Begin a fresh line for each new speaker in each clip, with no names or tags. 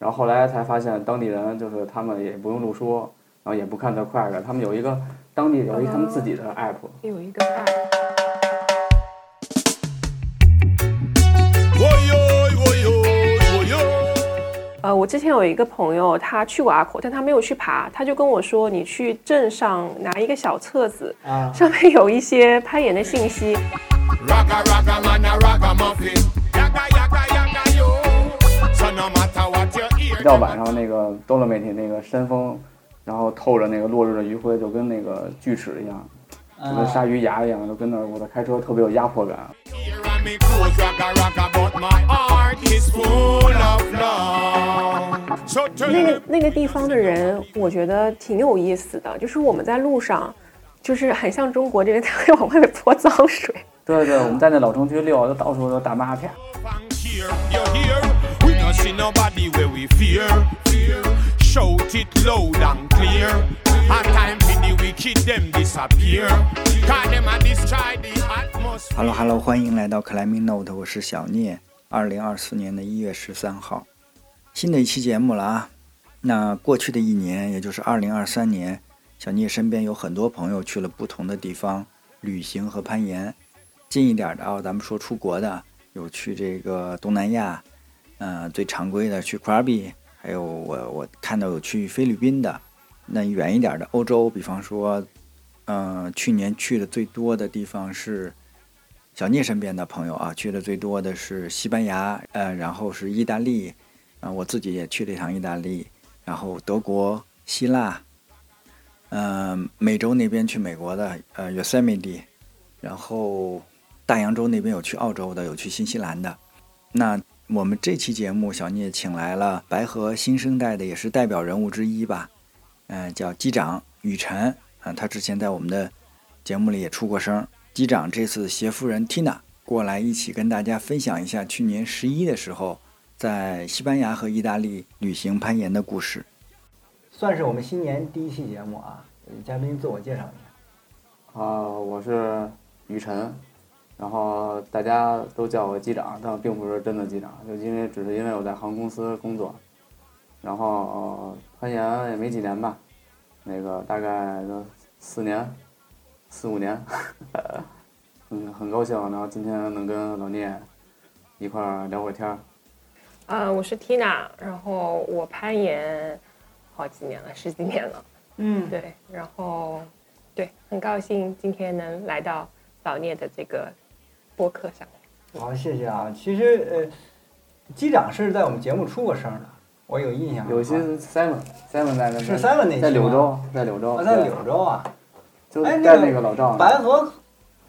然后后来才发现当地人就是他们也不用路书，然后也不看这快乐，他们有一个当地有一他们自己的 app，
有一个爱，
呃，我之前有一个朋友，他去过阿口，但他没有去爬，他就跟我说，你去镇上拿一个小册子，
啊，
上面有一些攀岩的信息，
Raga raga man a raga muffin. Yaga yaga yaga yo. So no matter what you hear.
一到晚上那个 Dolomite 那个山峰，然后透着那个落日的余晖，就跟那个锯齿一样，就跟鲨鱼牙一样，就跟那儿我的开车特别有压迫感。
Here and me close raga raga, but my heart is full of love. So
那
turn
个
Mm.
it.
那个地方的人，我觉得挺有意思的，就是我们在路上，就是很像中国这边， 他会往外面泼脏水。
对对，我们在那老城区溜，就到处都大妈啪。
Bank here, you hear? We don't see nobody where we fear. fear. Shout it loud and clear. A time for the wicked them disappear. Cause them a destroy the atmosphere.
Hello Hello，欢迎来到 Climbing Note，我是小聂。二零二四年的一月十三号，新的一期节目了啊。那过去的一年，也就是二零二三年，小聂身边有很多朋友去了不同的地方旅行和攀岩。近一点的啊，咱们说出国的，有去这个东南亚，呃，最常规的去 Krabi，还有我我看到有去菲律宾的。那远一点的欧洲，比方说，呃，去年去的最多的地方是小聂身边的朋友啊，去的最多的是西班牙，呃，然后是意大利，啊、我自己也去了一趟意大利，然后德国、希腊，嗯、美洲那边去美国的，呃，Yosemite，然后大洋洲那边有去澳洲的，有去新西兰的。那我们这期节目，小聂请来了白河新生代的，也是代表人物之一吧，嗯、叫机长雨辰，啊、他之前在我们的节目里也出过声，机长这次携夫人 Tina 过来一起跟大家分享一下去年十一的时候在西班牙和意大利旅行攀岩的故事。算是我们新年第一期节目啊，呃嘉宾自我介绍一下。
啊、我是雨辰，然后大家都叫我机长，但我并不是真的机长，就因为只是因为我在航空公司工作，然后、呃、攀岩也没几年吧，那个大概就四年，四五年， 嗯，很高兴，然后今天能跟老聂一块儿聊会儿天儿，
呃，我是 Tina，然后我攀岩好几年了，十几年了，
嗯，
对，然后对，很高兴今天能来到老聂的这个播客上。
好，谢谢啊。其实呃，机长是在我们节目出过声的，我有印象。啊
有些 Simon Simon 在那
是 Simon 那期吗
啊在柳州，在柳州，
我在
对
柳州啊，
就
哎
在
那个
那个老赵那儿，
白河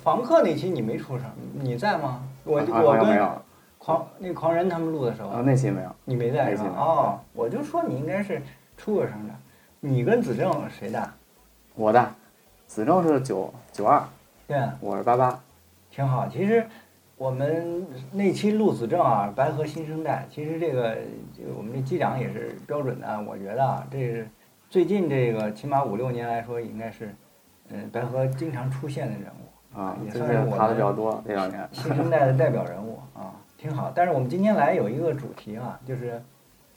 房客那期你没出声，你在吗？我、
啊
我
好像没有
跟
啊，
狂那狂人他们录的时候，
那期没有。
你没在是吧
没？在
哦，我就说你应该是出过声的。你跟子正谁大？
我的，子正是九九二，
对啊，
我是八八。
挺好。其实我们那期陆子正啊，白河新生代，其实这个这个我们这机长也是标准的啊，我觉得啊，这是最近这个起码五六年来说，应该是嗯、白河经常出现的人物，
啊，
也
最
算
近
哎是我
爬的
的
比较多这两年。
啊新生代的代表人物啊，挺好。但是我们今天来有一个主题啊，就是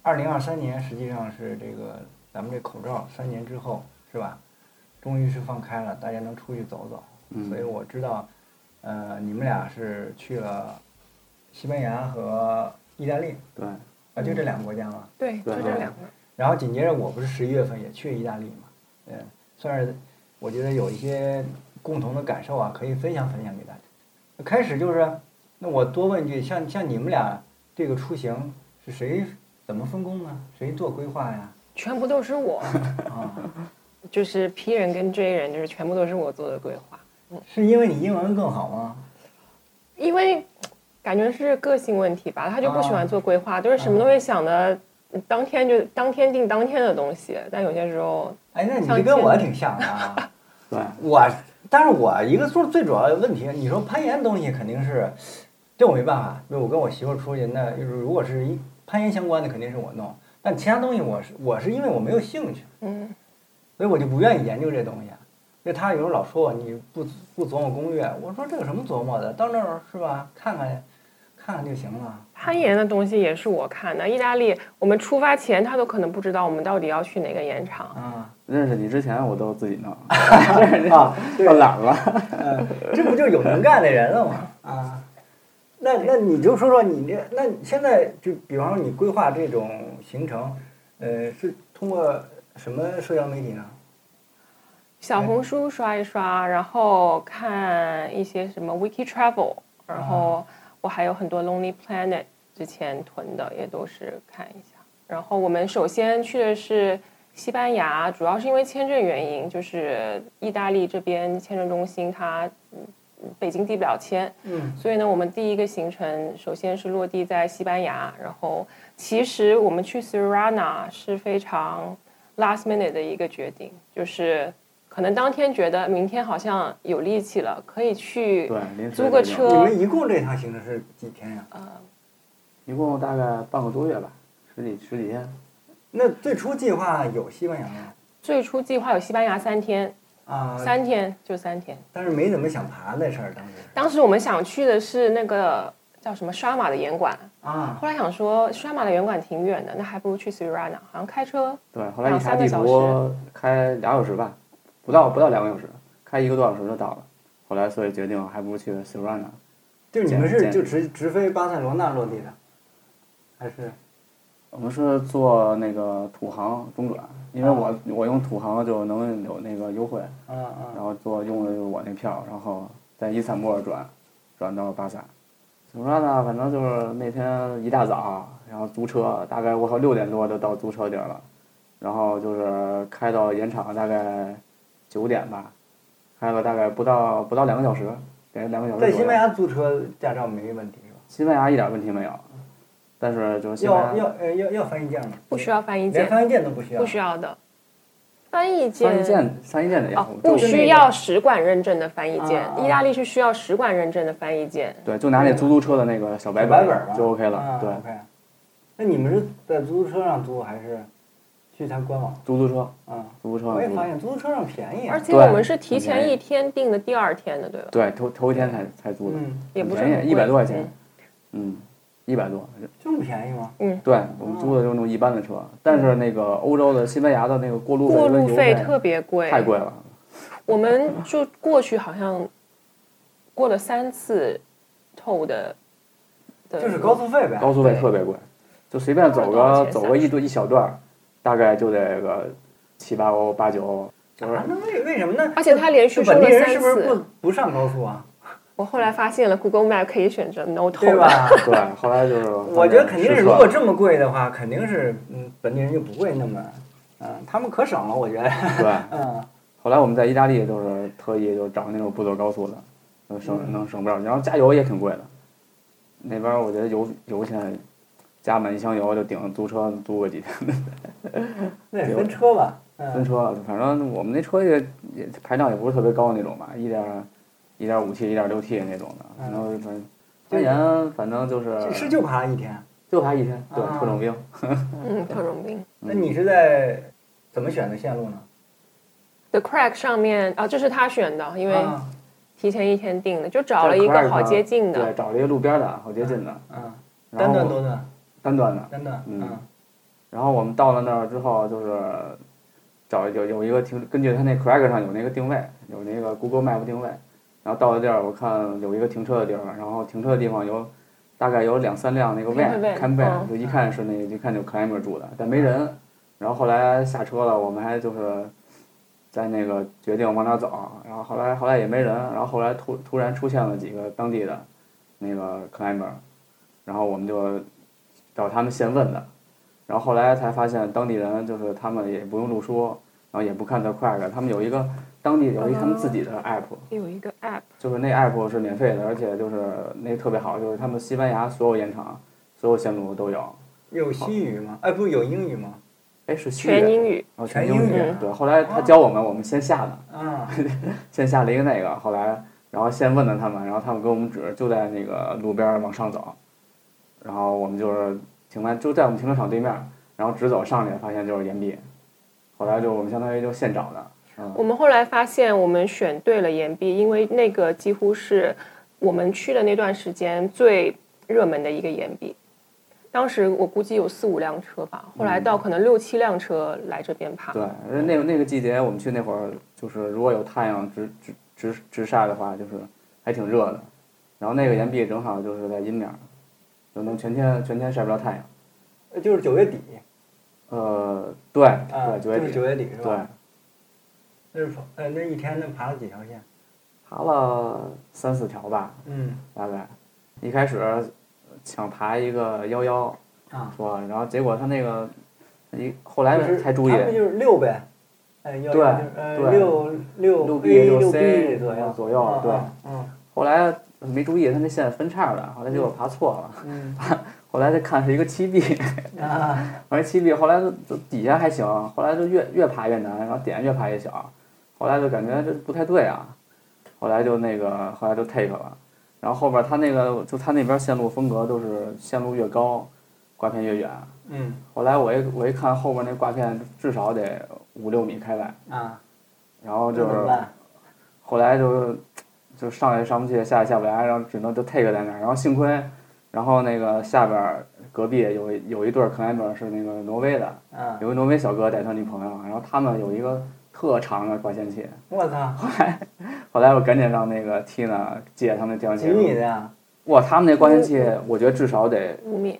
二零二三年实际上是这个咱们这口罩三年之后是吧，终于是放开了，大家能出去走走。所以
嗯，
我知道，呃，你们俩是去了西班牙和意大利
对，
啊，就这两个国家嘛。
对，就
对啊
这两个。
然后紧接着我不是十一月份也去意大利嘛，嗯，算是我觉得有一些共同的感受啊，可以分享分享给大家。开始就是，那我多问一句，像像你们俩这个出行是谁怎么分工呢？谁做规划呀？
全部都是我，
啊，
就是 P 人跟 J 人，就是全部都是我做的规划。
是因为你英文更好吗？
因为感觉是个性问题吧，他就不喜
啊
欢做规划，就是什么都会想的，当天就当天定当天的东西。但有些时候，
哎，那你
像
这跟我
天
挺像的啊。
对，
我，但是我一个最最主要的问题，你说攀岩东西肯定是，这我没办法。就我跟我媳妇儿出去，那如果是一攀岩相关的，肯定是我弄。但其他东西，我是我是因为我没有兴趣，
嗯，
所以我就不愿意研究这东西。就他有时候老说我你不不琢磨攻略，我说这有什么琢磨的？到那儿是吧？看看看看就行了。
攀岩的东西也是我看的。意大利，我们出发前他都可能不知道我们到底要去哪个岩场。
啊
认识你之前我都自己 弄，
啊，对
要懒了。
嗯，这不就有能干的人了吗？啊，那那你就说说你这，那你现在就比方说你规划这种行程，呃，是通过什么社交媒体呢？
小红书刷一刷，然后看一些什么 Wiki Travel，然后我还有很多 Lonely Planet 之前囤的也都是看一下。然后我们首先去的是西班牙，主要是因为签证原因，就是意大利这边签证中心它嗯嗯北京递不了签，
嗯
所以呢，我们第一个行程首先是落地在西班牙，然后其实我们去 Sirana 是非常 last minute 的一个决定，就是可能当天觉得明天好像有力气了，可以去
对，临时
租个
决定
车
你们一共这趟行程是几天呀、
一共大概半个多月吧，十几十几天。
那最初计划有西班牙吗？
最初计划有西班牙三天，
啊，
三天就三天。
但是没怎么想爬那事儿，当时
当时我们想去的是那个叫什么刷马的岩馆，
啊
后来想说刷马的岩馆挺远的，那还不如去 Sirana，好像开车
对，后来一
两
查
三个
地
小
图，开俩小时吧，不到不到两个小时，开一个多小时就到了。后来所以决定还不如去 s i r a n a
就是你们是
简
就直直飞巴塞罗那落地的，还是
我们是坐那个土航中转，因为我、我用土航就能有那个优惠，
啊
然
啊
后坐用的就是我那票，然后在伊斯坦布尔转，转到巴萨。怎么说呢？反正就是那天一大早，然后租车，大概我靠六点多就到租车地儿了，然后就是开到盐场大概九点吧，开了大概不到不到两个小时，两两个小时左
在
右。
西班牙租车驾照没问题是吧？
西班牙一点问题没有，但是就是西
要
班
要
牙
呃要要翻译件吗？
不需要翻译
连
件，
翻译件都不需要。
不需要的。翻译件，
三一舰三一舰的
哦
样子，，
不
就
需要使馆认证的翻译件
啊，
意大利是需要使馆认证的翻译件。
对，就拿那出租车的那个小白
嗯小白本儿吧
就 OK 了
啊。
对，
OK。那你们是在出租车上租还是去他官网
出租车，
啊？
出租车
我也
上
发
租。
现出租车上便宜啊，
而且
对
我们是提前一天订的第二天的，对吧？
对，头头一天才才租的，
嗯，
也不是
便宜，
很贵
一百多块钱，嗯，一百多。
这么便宜吗？
对我们租的就是那种一般的车，但是那个欧洲的西班牙的那个过路费
嗯过
跟
路
油
费特别贵，
太贵了，
我们就过去好像过了三次透的，的
就是高速费呗。
高速费特别贵，就随便走
多少
个
钱
走个一段一小段儿，大概就得个七八欧八九欧，就是
啊，那为为什么呢？
而且他连续
这
说
本
了
地人
三
是不是
次
不。不上高速 啊？
我后来发现了 Google Map 可以选择 No
对
Toll 的，
吧？
对，后来就是
我觉得肯定是，
失
如
策
果
了
这么贵的话，肯定是嗯，本地人就不会那么，嗯，他们可省了，我觉得，
对。
嗯，
后来我们在意大利就是特意就找那种不走高速的，能省、
嗯
能省不少钱。然后加油也挺贵的，那边儿我觉得油油钱加满一箱油就顶租车租个几天，
那也分车吧，
分
嗯，
车。反正我们那车也也排量也不是特别高那种吧，一点一点五 T、一点六 T 那种的。然后反正攀岩反正就是
这是嗯就爬了一天。
就爬一天，对，
啊
特种兵。
嗯，特种兵。
那你是在怎么选的线路呢？
The Crack 上面啊，这是他选的，因为
啊，
提前一天订的，就找了
在
一个
Clark
好接近
对，
的。
找了一个路边的好接近的，
嗯，
然
单
后
段多段，
单段的，
单段，啊
嗯然后我们到了那儿之后，就是找有有一个停，根据他那 Crack 上有那个定位，有那个 Google Map 定位。然后到了地儿，我看有一个停车的地儿，然后停车的地方有大概有两三辆那个 van
van，
can van，
嗯
就一看是那一看就 climber 住的，但没人。然后后来下车了，我们还就是在那个决定往哪走，然后后来后来也没人，然后后来突突然出现了几个当地的那个 climber，然后我们就找他们现问的，然后后来才发现当地人就是他们也不用路书，然后也不看的快感，他们有一个当地有一他们自己的 app，
有一个 App，
就是那 app 是免费的，而且就是那特别好，就是他们西班牙所有盐场所有线路都有，
有西语吗？哎，不有英语吗？
哎是西
全
语
英语。
哦，全
全
英
英语
语。对，后来他教我们，我们先下的，
啊，
先下了一个那个，后来然后先问了他们，然后他们给我们指，就在那个路边儿往上走，然后我们就是停完就在我们停车场对面儿，然后直走上去，发现就是岩壁，后来就我们相当于就现找的，
我们后来发现，我们选对了岩壁，因为那个几乎是我们去的那段时间最
热门的一个岩壁。当时我估计有四五辆车吧，后来到可能六七辆车来这边爬。
嗯对，而那那个季节我们去那会儿，就是如果有太阳直直直直晒的话，就是还挺热的。然后那个岩壁正好就是在阴面儿，就能全天全天晒不着太阳。
呃就是九月底，
呃，对
啊，
对，九月
就是
底，
九月底是
对
吧？，那是呃那一天能爬了几条线？
爬了三四条吧，
嗯
大概。一开始想爬一个幺幺，
啊，
说，然后结果他那个一后来
就是
才注意
他，嗯们就是六呗，哎，要
对
呃
对
六六
六
A
六
B
C
左右
左右
啊
对
啊嗯
后来没注意他那线分叉了，后来结果爬错了。
嗯
后来再看是一个七 B，
啊，
完七 B，后来就就底下还行，后来就越越爬越难，然后点越爬越小，后来就感觉这不太对啊，后来就那个后来就 take 了，然后后边他那个就他那边线路风格都是线路越高，挂片越远，
嗯
后来我一我一看后边那挂片至少得五六米开外，
啊，
然后
那
就
怎么
是
办？
后来就就上也上不去，下也下不来，然后只能就 take 在那儿。然后幸亏，然后那个下边儿隔壁有一有一对 climber 是那个挪威的，
啊，
有个挪威小哥带他女朋友，然后他们有一个特长的挂线器。
我操，
后来我赶紧让那个 Tina 借他们的吊
几米的哦
线。
呀？
哇，他们那挂线器，我觉得至少得
五米，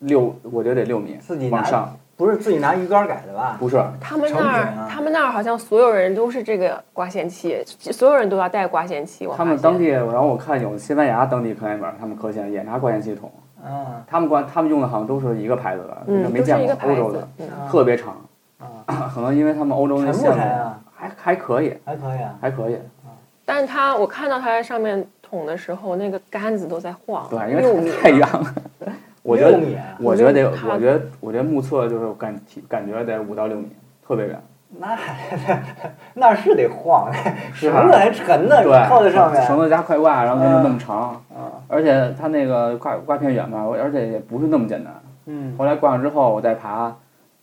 六，我觉得得六米
自己拿
往上，
不是自己拿鱼竿改的吧？
不是。
他们
成
那
品
儿、
啊
他们那儿好像所有人都是这个刮线器，所有人都要带刮线器。我
他们
发现
当地，然后我看有西班牙当地 climber，他们科线也拿挂线系统，
啊
他们挂他们用的好像都是一个牌子的，
嗯
没
都是
见
一
过
个牌
欧洲
子
的。，
嗯
啊
特别长，
啊，
可能因为他们欧洲那
沉不
线路
沉啊？
还还可以，
还可以啊，
还可以，
但是他我看到他在上面捅的时候，那个杆子都在晃，
对，因
六米
为太太远 了。我觉
六
得，
米啊，
我觉得得，
它
我觉得，我觉得目测就是感体感觉得五到六米，特别远。
那 那是得晃， 绳
吧
子还沉呢，
啊对，
靠在上面。
绳子加快挂，然后那么那么长，
啊，
而且它那个挂挂片远嘛，我而且也不是那么简单。
嗯，
后来挂上之后，我再爬，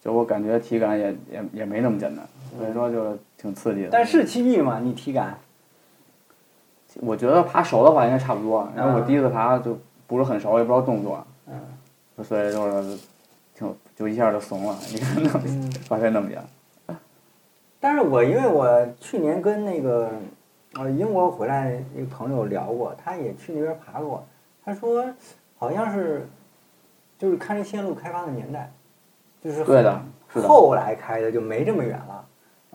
就我感觉体感也也也没那么简单，所以说就是挺刺激的。
但是七 B 嘛，你体感
我觉得爬熟的话应该差不多，因为我
嗯
第一次爬就不是很熟，也不知道动作，
嗯，
所以就是挺就一下就怂了，你看那么 发现那么远，
但是我因为我去年跟那个呃英国回来一个朋友聊过，他也去那边爬过，他说好像是就是看这线路开发的年代，就是
对的，是的，
后来开的就没这么远了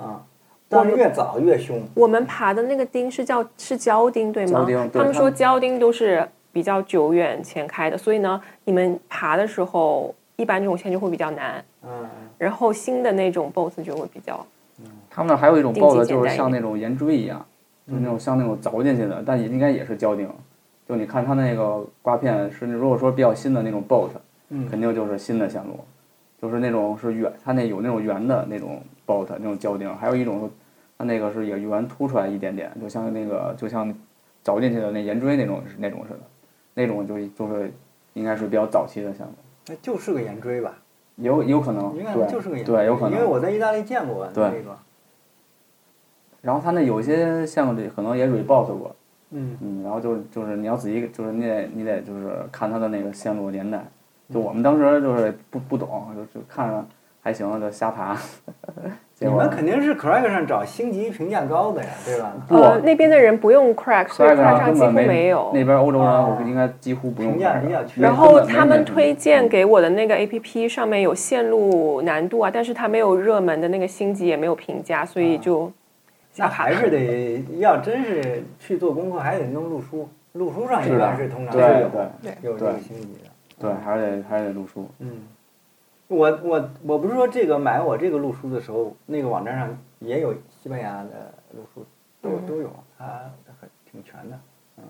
啊，但是越早越凶，
我们爬的那个钉是叫是胶钉对吗？
胶钉对
他
他
们说
们
胶钉都是比较久远前开的，所以呢，你们爬的时候一般这种线就会比较难，
嗯，
然后新的那种 BOSS 就会比较
他们那儿还有一种
定级
豹子，
简
就是
单一
像那
点
种岩锥一样，就是那种像那种凿进去的，但也应该也是胶钉。就你看它那个刮片是，如果说比较新的那种 boat，
嗯
肯定就是新的线路，就是那种是圆，它那有那种圆的那种 boat 那种胶钉，还有一种它那个是也圆凸出来一点点，就像那个就像凿进去的那岩锥那种那种似的，那种就就是应该是比较早期的项目，
那就是个圆锥吧，
也有也有可能
应该
对
就是个圆锥，
对有可能，
因为我在意大利见过那
对
个，
然后它那有一些项目里可能也 report 过，
嗯
嗯，然后就是就是你要仔细，就是你得你得就是看它的那个线路年代。就我们当时就是不不懂，就就看着还行，就瞎爬。结
你
果
们肯定是 Crack 上找星级评价高的呀，对吧？
不，
呃那边的人不用 crack，所以
Crack
crack
上
上
根
几乎
本
没有。
那边欧洲人，
哦
我应该几乎不用
评价
Crack
比较区
因为
别
然
根
后
本没
他们
人
推荐给我的那个 A P P 上面有线路难度啊，但是它没有热门的那个星级，也没有评价，所
啊
以就
那还是得要真是去做功课，还得弄路书，路书上一
是
般
的
是通常是
对
有
对
有这个星级的。
对，还是得还是得录书。
嗯，我我我不是说这个买我这个路书的时候，那个网站上也有西班牙的路书，都都有，它很挺全的。嗯，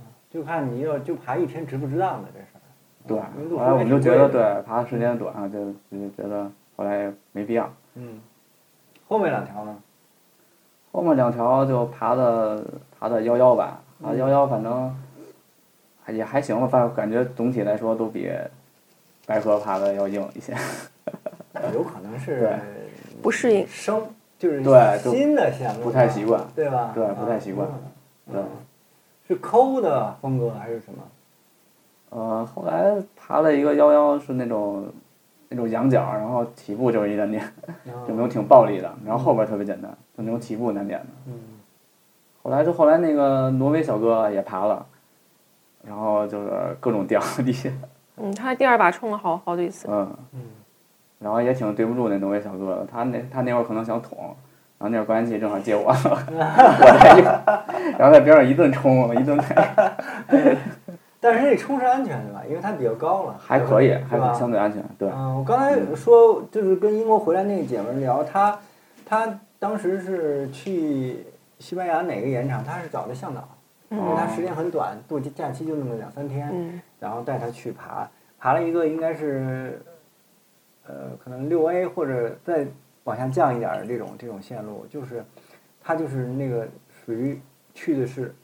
嗯就看你要就爬一天值不值当的这事儿。
对，
因为路书
后来我们就
还挺
觉得
贵的
对爬的时间短，就就觉得后来也没必要。
嗯，后面两条呢？
后面两条就爬的爬的幺幺吧，爬幺幺反正还也还行吧，反正感觉总体来说都比白河爬的要硬一些。
有可能是
不适应。
生，就是
对就
新的啊线路
不太
嘛
习惯
对吧？
对
啊
不太习惯
有可
对
能嗯，是抠的风格还是什么？
呃，后来爬了一个幺幺是那种那种仰角，然后起步就是一难点，就那种挺暴力的，然后后边特别简单，就那种起步难点的。
嗯，
后来就后来那个挪威小哥也爬了，然后就是各种掉地下，
嗯，他第二把冲了好好几次，
嗯，
嗯，
然后也挺对不住那挪威小哥的，他那他那会儿可能想捅，然后那会儿关键器正好借我， 我在一然后在边上一顿冲，一顿
但是这冲是安全的吧？因为它比较高了，
还可以，
是
还
吧
相对安全，对，
嗯，我刚才说就是跟英国回来那个姐们儿聊，她她当时是去西班牙哪个盐场，她是找的向导，因为她时间很短，度假假期就那么两三天，
嗯
然后带她去爬，爬了一个应该是，呃，可能六 A 或者再往下降一点儿的这种这种线路，就是她就是那个属于去的是，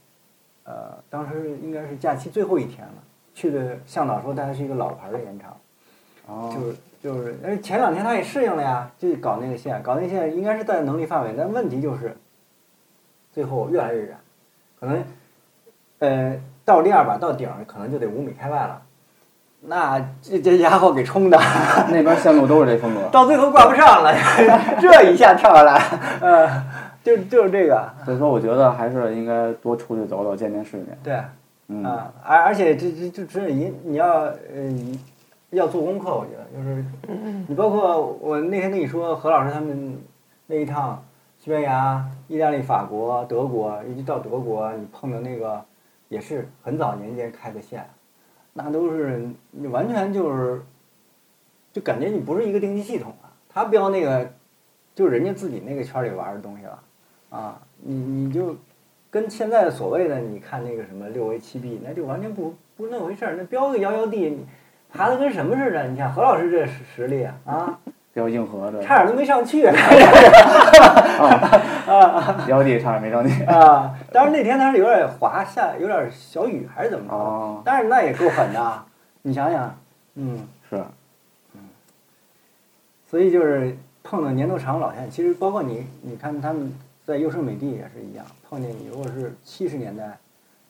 呃，当时应该是假期最后一天了，去的向导说带她去一个老牌儿的盐场。
哦
就是就是，而前两天他也适应了呀，就搞那个线，搞那个线应该是在能力范围，但问题就是，最后越来越远，可能，呃，到第二把到顶儿可能就得五米开外了，那这这家伙给冲的，
那边线路都是这风格，
到最后挂不上了， 这一下跳下来，呃，就就是这个，
所以说我觉得还是应该多出去走走，见见世面，
对。
嗯，
啊，而而且这这这这是你你要嗯、要做功课，我觉得就是，你包括我那天跟你说何老师他们那一趟西班牙、意大利、法国、德国，一直到德国，你碰的那个也是很早年间开的线，那都是你完全就是，就感觉你不是一个定级系统了、他标那个就是人家自己那个圈里玩的东西了，啊，你你就跟现在所谓的你看那个什么六 A 七 B，那就完全不不是那回事儿。那标个幺幺 D，你爬的跟什么似的？你看何老师这实实力啊，啊，
比较硬核的，
差点都没上去啊
腰地差点没着地，
啊！当然那天他是有点滑下，有点小雨还是怎么着？
哦，
但是那也够狠的啊， 你想想，嗯，
是，
所以就是碰到年头长老线，其实包括你，你看他们在优胜美地也是一样，碰见你如果是七十年代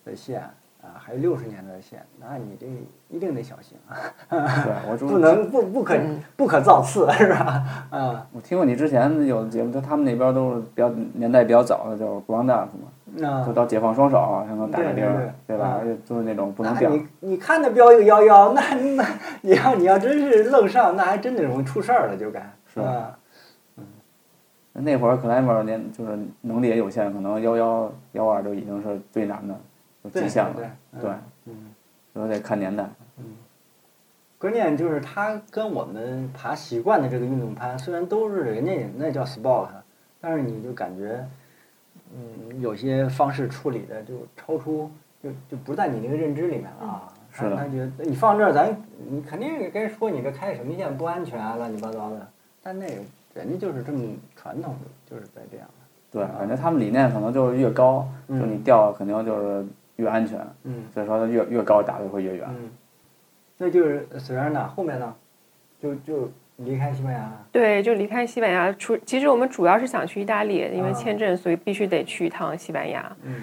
的线啊，还有六十年代的线，那你这一定得小心啊。
对 我
不能不不可
嗯
不可造次， 是吧？嗯，
我听过你之前有的节目，就他们那边都是比较年代比较早的，就是 ground up 嘛，
那
就到解放双手，然后打个
啊对对
钉儿，
对
对吧？
嗯
而且就是那种不能
那
掉，
你你看他标一个幺幺，那那你要你要真是愣上，那还真得容易出事儿了，就该啊
是
吧？
那会儿克莱默连就是能力也有限，可能幺幺幺二就已经是最难的，就
对
极限了。
对对
对，
嗯，
所以得看年代。
关键就是他跟我们爬习惯的这个运动攀，虽然都是人家也那叫 sport，但啊是你就感觉，嗯，有些方式处理的就超出，就就不在你那个认知里面了啊。
是的
他他觉得你放这儿，咱你肯定跟人说你这开什么线不安全啊，乱七八糟的。但那个人家就是这么传统的，就是在这样。
对，感觉他们理念可能就是越高，
啊嗯
就你掉肯定就是越安全，
嗯
所以说越越高打的会越远。
嗯，那就是虽然呢，后面呢，就就离开西班牙了。
对，就离开西班牙。出其实我们主要是想去意大利，因
啊
为签证，所以必须得去一趟西班牙。
嗯，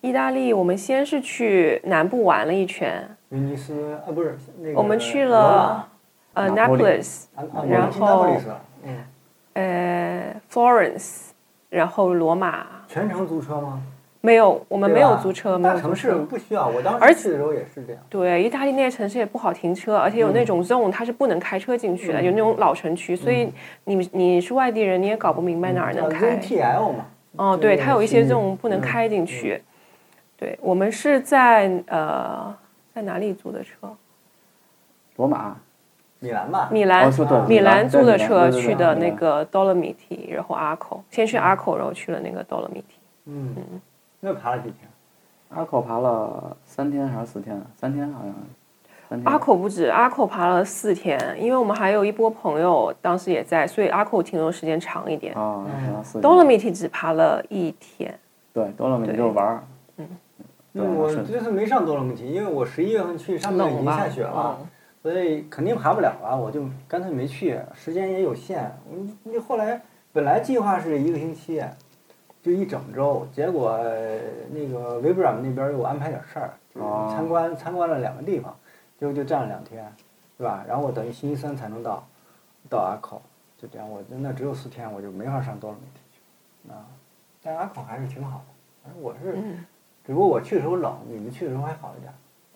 意大利，我们先是去南部玩了一圈，
威尼斯啊，不是那个
我们去
罗马
了呃
拿坡里
Naples，
啊啊
然
我去那不
后
里斯了嗯，
呃 Florence，然后罗马。
全程租车吗？
没有，我们
对
没有
吧
租车，没
大
有租
城市
车。
不需要。我当
而
时去的时候也是这样。
对，意大利那些城市也不好停车，而且
嗯
有那种 zone 它是不能开车进去的，有那种老城区，所
嗯
以你你是外地人，你也搞不明白哪儿
呃
能开。
T L 嘛。
哦，对，它有一些这种不能
嗯
开进去。对，我们是在呃在哪里租的车？
罗马，啊
米兰吧。
米兰
哦是对，
米兰租的
对米兰对对
车
对
去的
米兰嗯
那个 Dolomiti，然后阿口，先去阿口，然后去了那个 Dolomiti。
嗯，那爬了几天？
阿口爬了三天还是四天？啊三天好像。三天
阿口不止，阿口爬了四天，因为我们还有一波朋友当时也在，所以阿口停留时间长一点。
啊，可能四天。
Dolomiti 只爬了一天，
对，多了米
对
就是玩儿。
嗯那
对
嗯
我
是
这次没上多伦提，因为我十一月份去，上面已
冷
经
吧？嗯
下雪了，所以肯定爬不了了，我就干脆没去，时间也有限。嗯，那后来本来计划是一个星期，啊就一整周，结果呃那个维布尔姆那边又安排点事儿，就是
哦
参观参观了两个地方，结果就站了两天，对吧？然后我等于星期三才能到到阿口，就这样，我那只有四天，我就没法上多伦媒体去啊。但阿口还是挺好的，反正我是，只不过我去的时候冷，你们去的时候还好一点。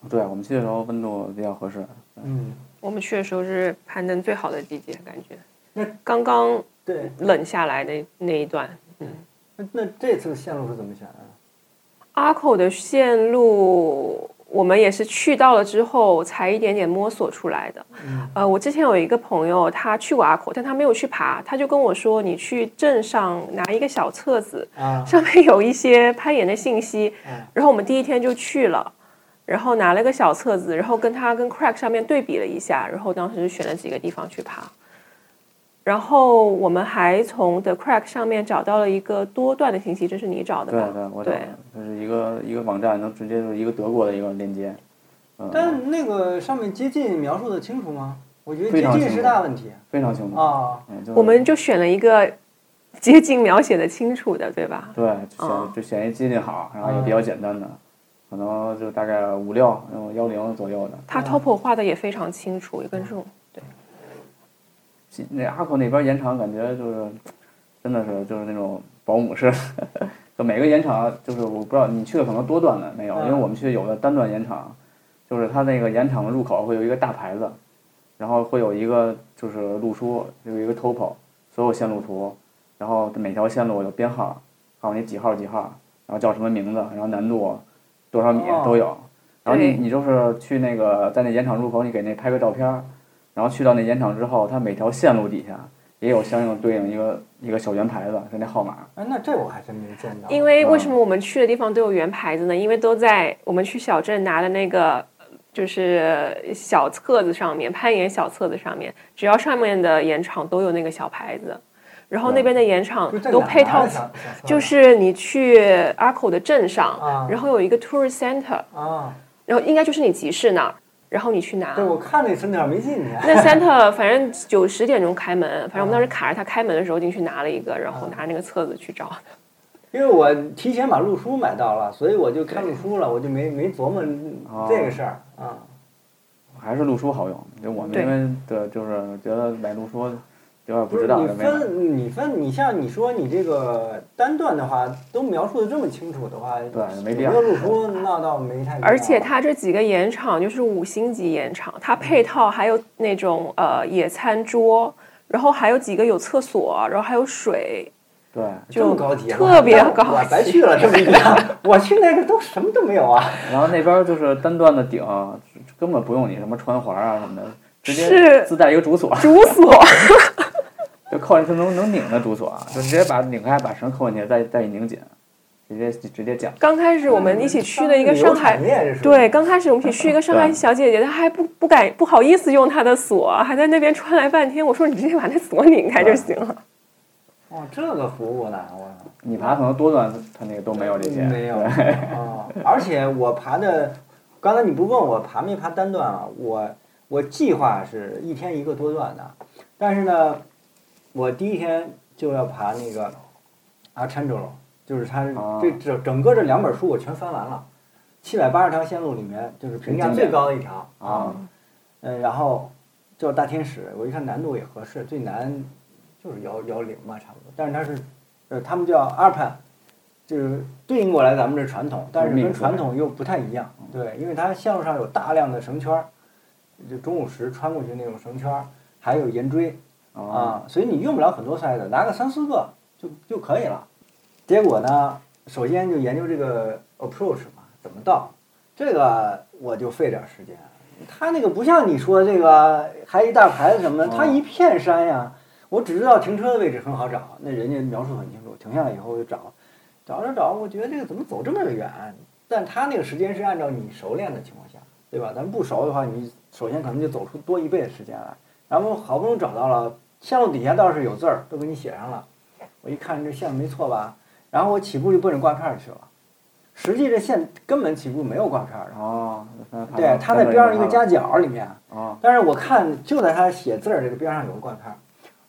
对我们去的时候温度比较合适，
嗯，
我们去的时候是攀登最好的季节，感觉
那
刚刚
对，
冷下来的那一段。
那那这次线路是怎么选啊？
阿口的线路，我们也是去到了之后才一点点摸索出来的。
嗯
呃，我之前有一个朋友，他去过阿口，但他没有去爬，他就跟我说，你去镇上拿一个小册子，
啊，
上面有一些攀岩的信息。
啊
嗯
然后我们第一天就去了，然后拿了个小册子，然后跟他跟 Crack 上面对比了一下，然后当时选了几个地方去爬。然后我们还从 The Crack 上面找到了一个多段的信息，这是你找的
对
吧？
对，我找
啊对
的就是一个一个网站，能直接就是一个德国的一个链接，嗯，
但那个上面接近描述的清楚吗？我觉得
非
接
常
近
清
是
楚
大问题
非常清楚。
啊。
嗯，就是
哦我们就选了一个接近描写的清楚的，对吧？
对就
啊
选就选一接近好，然后也比
嗯
较简单的，可能就大概五六那种幺零左右的。
他
嗯
topo 画的也非常清楚，也跟这种
那阿口那边延长感觉就是，真的是就是那种保姆式，就每个延长就是我不知道你去的可能多段的没有，
嗯
因为我们去有的单段延长，就是它那个延长的入口会有一个大牌子，然后会有一个就是路书，有一个 topo，所有线路图，然后每条线路有编号，还有你几号几号，然后叫什么名字，然后难度多少米
哦
都有。然后你
对
你就是去那个在那盐场入口，你给那拍个照片儿，然后去到那盐场之后，它每条线路底下也有相应对应一个一个小圆牌子，是那号码。
哎，那这我还真没见到。
因为为什么我们去的地方都有圆牌子呢？因为都在我们去小镇拿的那个就是小册子上面，攀岩小册子上面，只要上面的岩场都有那个小牌子，然后那边的岩场
就这
都
哪
配
来
套
的，小小册
就
子
是你去阿口的镇上，
啊
然后有一个 tour center，
啊，
然后应该就是你集市那儿，然后你去拿。
对，我看那村点没进去。
那 Santa 反正九十点钟开门，反正我们当时卡着他开门的时候进去拿了一个，然后拿那个册子去找。
因为我提前把路书买到了，所以我就看路书了，我就没没琢磨
哦
这个事儿啊。
还是路书好用，就我们
对
因为的就是觉得买路书有点不
不
值
是
当，
你
就没买。
分你分你像你说你这个单段的话，都描述的这么清楚的话，
对没必
有
要
没有路书那倒没太必要。
而且它这几个盐场就是五星级盐场，它配套还有那种呃野餐桌，然后还有几个有厕所，然后还有水，
对，
这么高级啊，
特 别高级
我白去了这么一 趟，我去那个都什么都没有啊。
然后那边就是单段的顶，根本不用你什么穿环啊什么的，直接
是
自带一个主 锁，
主所。
就扣上去能能拧的主锁，啊就直接把拧开，把绳扣进去，再再一拧紧，直接直接讲。
刚开始我
嗯
们一起去的一个上海
旅游。产业这属于
对，刚开始我们一起去一个上海
对
小姐姐，她还不不敢不好意思用她的锁，还在那边穿来半天。我说你直接把那锁拧开就行了。
哦，这个服务呢，我
你爬可能多段，它那个 都没有这些。
嗯没 有啊、而且我爬的，刚才你不问我爬没爬单段啊？我我计划是一天一个多段的，但是呢，我第一天就要爬那个阿参州了，就是它
哦
这整整个这两本书我全翻完了，七百八十条线路里面就是评价最高的一条
啊，
嗯，然后叫大天使，我一看难度也合适，最难就是幺幺零吧，差不多。但是它是，呃，他们叫阿潘，就是对应过来咱们这传统，但是跟传统又不太一样。对，因为它线路上有大量的绳圈儿，就中午时穿过去那种绳圈儿，还有岩锥
啊，
啊，所以你用不了很多塞子，拿个三四个就就可以了。结果呢，首先就研究这个 approach 嘛，怎么到，这个我就费点儿时间。他那个不像你说这个还一大牌子什么的，他一片山呀。我只知道停车的位置很好找，那人家描述很清楚，停下来以后就找，找着找，我觉得这个怎么走这么远？但他那个时间是按照你熟练的情况下，对吧？咱不熟的话，你首先可能就走出多一倍的时间来。然后好不容易找到了，线路底下倒是有字儿，都给你写上了。我一看这线路没错吧？然后我起步就奔着挂片儿去了，实际这线根本起步没有挂片儿的。
哦，那爬
对，他在边上一个哦夹角里面，
啊，
但是我看就在他写字儿这个边上有个挂片儿，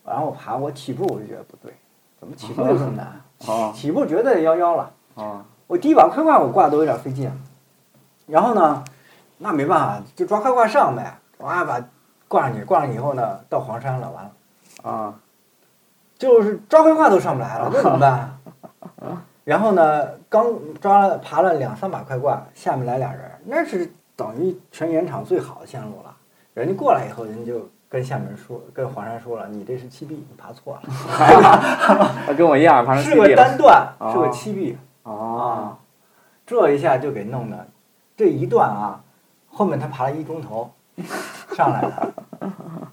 然后我爬，我起步我就觉得不对，怎么起步就这么难？
哦
起步绝对幺幺了。
啊
啊我第一把快挂我挂得都有点费劲，然后呢，那没办法，就抓快挂上呗，哇把挂上去，挂上以后呢，到黄山了，完了哦
啊
就是抓快挂都上不来了，那怎么办 啊？然后呢，刚抓了爬了两三把快挂，下面来俩人，那是等于全原厂最好的线路了。人家过来以后，人家就跟下面人说，跟黄山说了，你这是七 B，你爬错了，
他跟我一样，爬上
是
七
个
B 了。
单段，
哦
是个七 B
哦，，
啊这一下就给弄的，这一段啊，后面他爬了一钟头，上来了，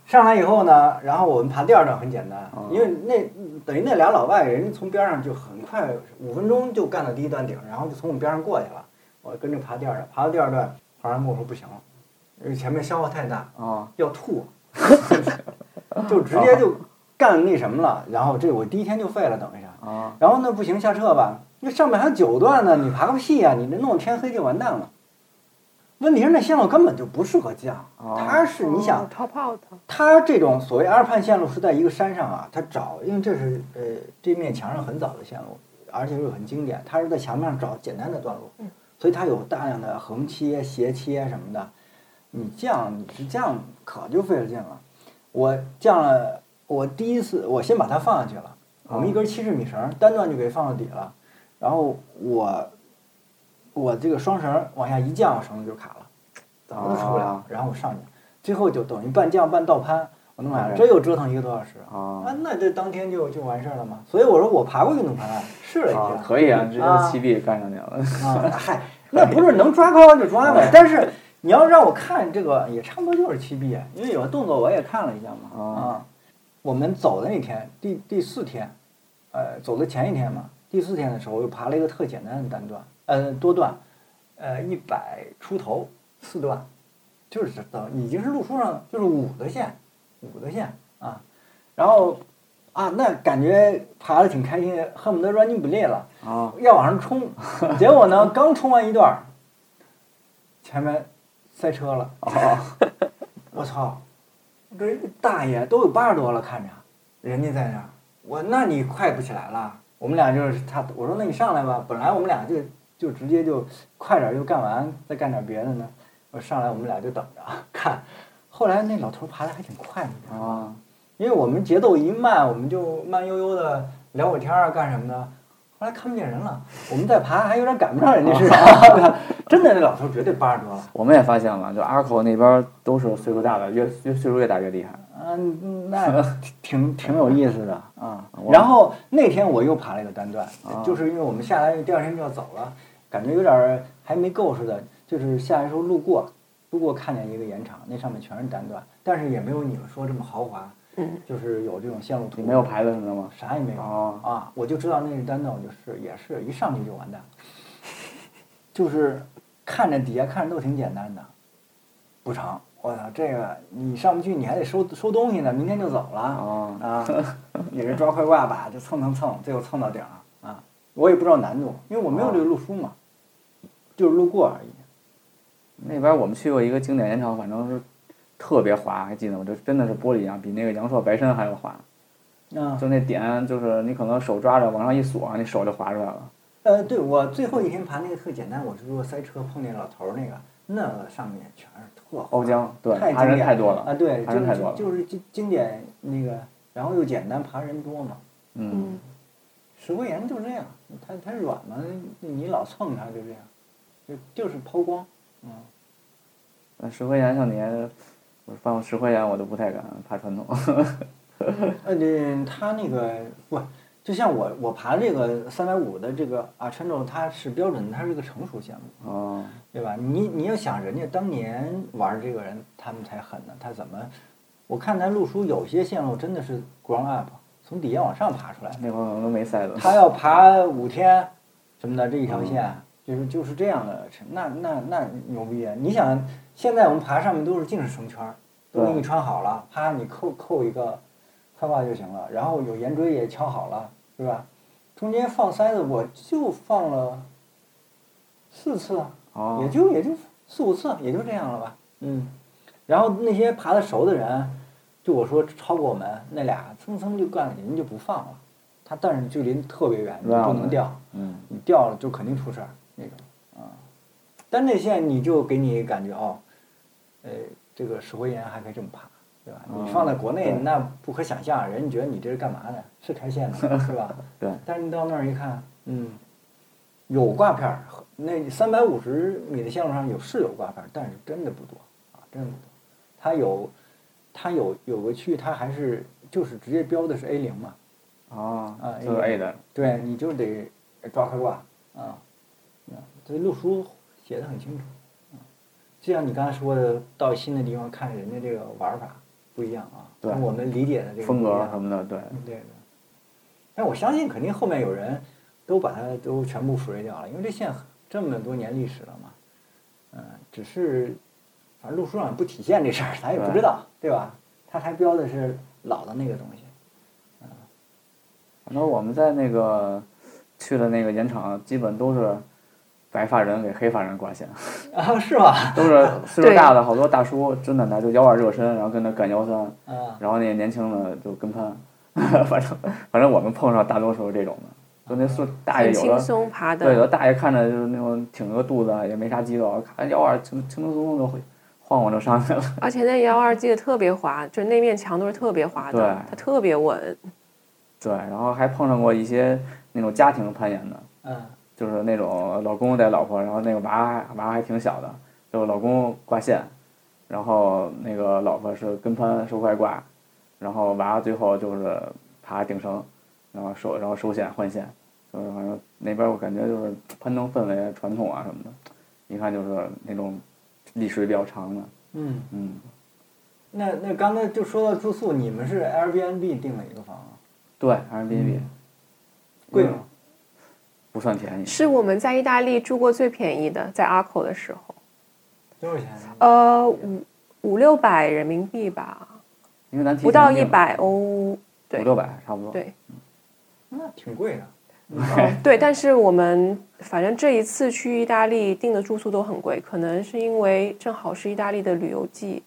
上来以后呢，然后我们爬第二段很简单
哦，
因为那等于那俩老外人家从边上就很快五分钟就干到第一段顶，然后就从我们边上过去了，我跟着爬第二段，爬到第二段，黄然跟我说不行了，因为前面消耗太大，
哦，
要吐，就直接就干那什么了，然后这我第一天就废了，等于是。
哦，
然后呢，不行，下撤吧。那上面还有九段呢，你爬个屁呀、你这弄天黑就完蛋了。问题是那线路根本就不适合降，
哦
它是你想，
top out，
它这种所谓阿尔派线路是在一个山上啊，它找，因为这是呃这面墙上很早的线路，而且又很经典，它是在墙面上找简单的段路，所以它有大量的横切、斜切什么的。你降，你是降，可就费了劲了。我降了，我第一次我先把它放下去了，我们一根七十米绳单段就给放到底了，然后我我这个双绳往下一降，我绳子就卡了，怎么都出不了
啊。
然后我上去，最后就等于半降半倒攀，我弄俩，
OK
这又折腾一个多小时。啊
哦，，
那这当天就就完事儿了嘛。所以我说我爬过运动盘啊，试了一
哦
下，
可以啊，直
啊
接七 B 干上去了。
啊， 嗨，哎那不是能抓高就抓呗。但是你要让我看这个，也差不多就是七 B，因啊为有的动作我也看了一下嘛。
哦
啊，我们走的那天，第第四天，呃，走的前一天嘛，第四天的时候，我又爬了一个特简单的单段，呃，多段，呃，一百出头，四段，就是这等已经是路书上就是五个线，五个线啊，然后啊，那感觉爬的挺开心，的，恨不得软筋不裂了。
哦，
要往上冲，结果呢，刚冲完一段儿，前面塞车了，
哦，
我操！这大爷都有八十多了，看着人家在那儿，我那你快不起来了。我们俩就是他，我说那你上来吧。本来我们俩就就直接就快点儿就干完，再干点别的呢。我上来我们俩就等着 看。后来那老头爬的还挺快，你知道吗？
哦，
因为我们节奏一慢，我们就慢悠悠的聊会儿天儿啊，干什么的。后来看不见人了，我们在爬还有点赶不上人家似 的。真的，那老头绝对八十多了。
我们也发现了，就阿口那边都是岁数大的，越越岁数越大越厉害。
嗯，那挺挺有意思的啊
我。
然后那天我又爬了一个单段
啊，
就是因为我们下来第二天就要走了，感觉有点儿还没够似的，就是下来时候路过，路过看见一个盐场，那上面全是单段，但是也没有你们说这么豪华，
嗯，
就是有这种线路图，
你没有牌子什么的吗？
啥也没有。
哦，
啊，我就知道那是单的，我就是也是一上去就完蛋，就是看着底下看着都挺简单的，不长。我操，这个你上不去，你还得收收东西呢，明天就走了。
哦
啊，也是抓快挂吧，就蹭蹭蹭，最后蹭到顶儿了啊。我也不知道难度，因为我没有这个路书嘛，就是路过而已。
那边我们去过一个经典盐场，反正是特别滑，还记得吗？就真的是玻璃一样，比那个阳朔白山还要滑。
啊，
就那点，就是你可能手抓着往上一锁，那手就滑出来了。
呃，对我最后一天爬那个特简单，我是说塞车碰见老头儿那个，那个上面全是特
欧江，对，
太
爬人
经典
太多了
啊，对，
爬
就
人太
是
多了。
就是经经典那个，然后又简单，爬人多嘛。
嗯，
石灰岩就这样，它它软嘛，你老蹭它就这样，就就是抛光。嗯，
那石灰岩像你，我放石灰岩我都不太敢爬传统。
呃，对它那个不，就像我我爬这个三百五的这个啊川州，它是标准的，它是个成熟项目。
哦，
对吧？你你要想人家当年玩这个人，他们才狠呢。他怎么？我看咱路书有些线路真的是 ground up，从底下往上爬出来的。
那会儿可能都没塞子。
他要爬五天什么的这一条线，就是就是这样的，那那那牛逼啊！你想，现在我们爬上面都是尽是绳圈儿，都给
对
你穿好了，啪，你扣扣一个快挂就行了，然后有岩锥也敲好了，是吧？中间放塞子，我就放了四次啊。
哦
也，就也就四五次，也就这样了吧。嗯，然后那些爬得熟的人，就我说超过我们那俩，蹭蹭就干了，人家就不放了。他但是距离特别远，你
乱
不
了
能掉，
嗯，
你掉了就肯定出事儿那种。啊，单内线你就给你感觉哦，呃，这个石灰岩还可以这么爬，对吧？
嗯
你放在国内
对
那不可想象，人家觉得你这是干嘛的？是拆线的，是吧？
对
但是你到那儿一看，嗯，有挂片儿，那三百五十米的线路上有是有挂片儿，但是真的不多啊，真的不多。它有，它有有个区域，它还是就是直接标的是 A 零嘛，
啊
啊，
就是 A 的，
对，你就得抓开挂啊。啊这路书写的很清楚，啊就像你刚才说的，到新的地方看人家这个玩法不一样啊，
对
跟我们理解的这个
风
不一
格啊
样
什么的，对，
对的。但我相信肯定后面有人都把它都全部腐蚀掉了，因为这线这么多年历史了嘛。嗯，只是反正路书上也不体现这事儿，咱也不知道，对吧？他还标的是老的那个东西。
反正我们在那个去的那个盐场，基本都是白发人给黑发人挂线，
啊，是吧？
都是岁数
对
大的好多大叔，真的拿着腰腕热身，然后跟那干腰三，
啊
然后那年轻的就跟攀， 反正反正我们碰上大多数是这种的，就那岁数大爷
很
有
轻
的。
松爬
对，有
的，
的大爷看着就是那种挺个肚子，啊也没啥肌肉，看腰腕轻轻轻松松就会晃晃就上去了。
而且那幺二记得特别滑，就是那面墙都是特别滑的
对，
它特别稳。
对，然后还碰上过一些那种家庭攀岩的，
嗯
就是那种老公带老婆，然后那个娃还娃还挺小的，就老公挂线，然后那个老婆是跟攀收快挂，然后娃最后就是爬顶绳，然后收然后收线换线，就是反正那边我感觉就是攀登氛围传统啊什么的，一看就是那种历史比较长的，
嗯，
嗯。
那那刚才就说到住宿，你们是 Airbnb 订了一个房啊，
对，Airbnb、
嗯
贵吗？
不算便宜，
是我们在意大利住过最便宜的，在阿口的时候，
多少钱？
呃，五五六百人民币吧，
因为咱提
不到
前订
一百欧。对
五六百差不多。
对，
那挺贵的。哦
对，但是我们反正这一次去意大利订的住宿都很贵，可能是因为正好是意大利的旅游季，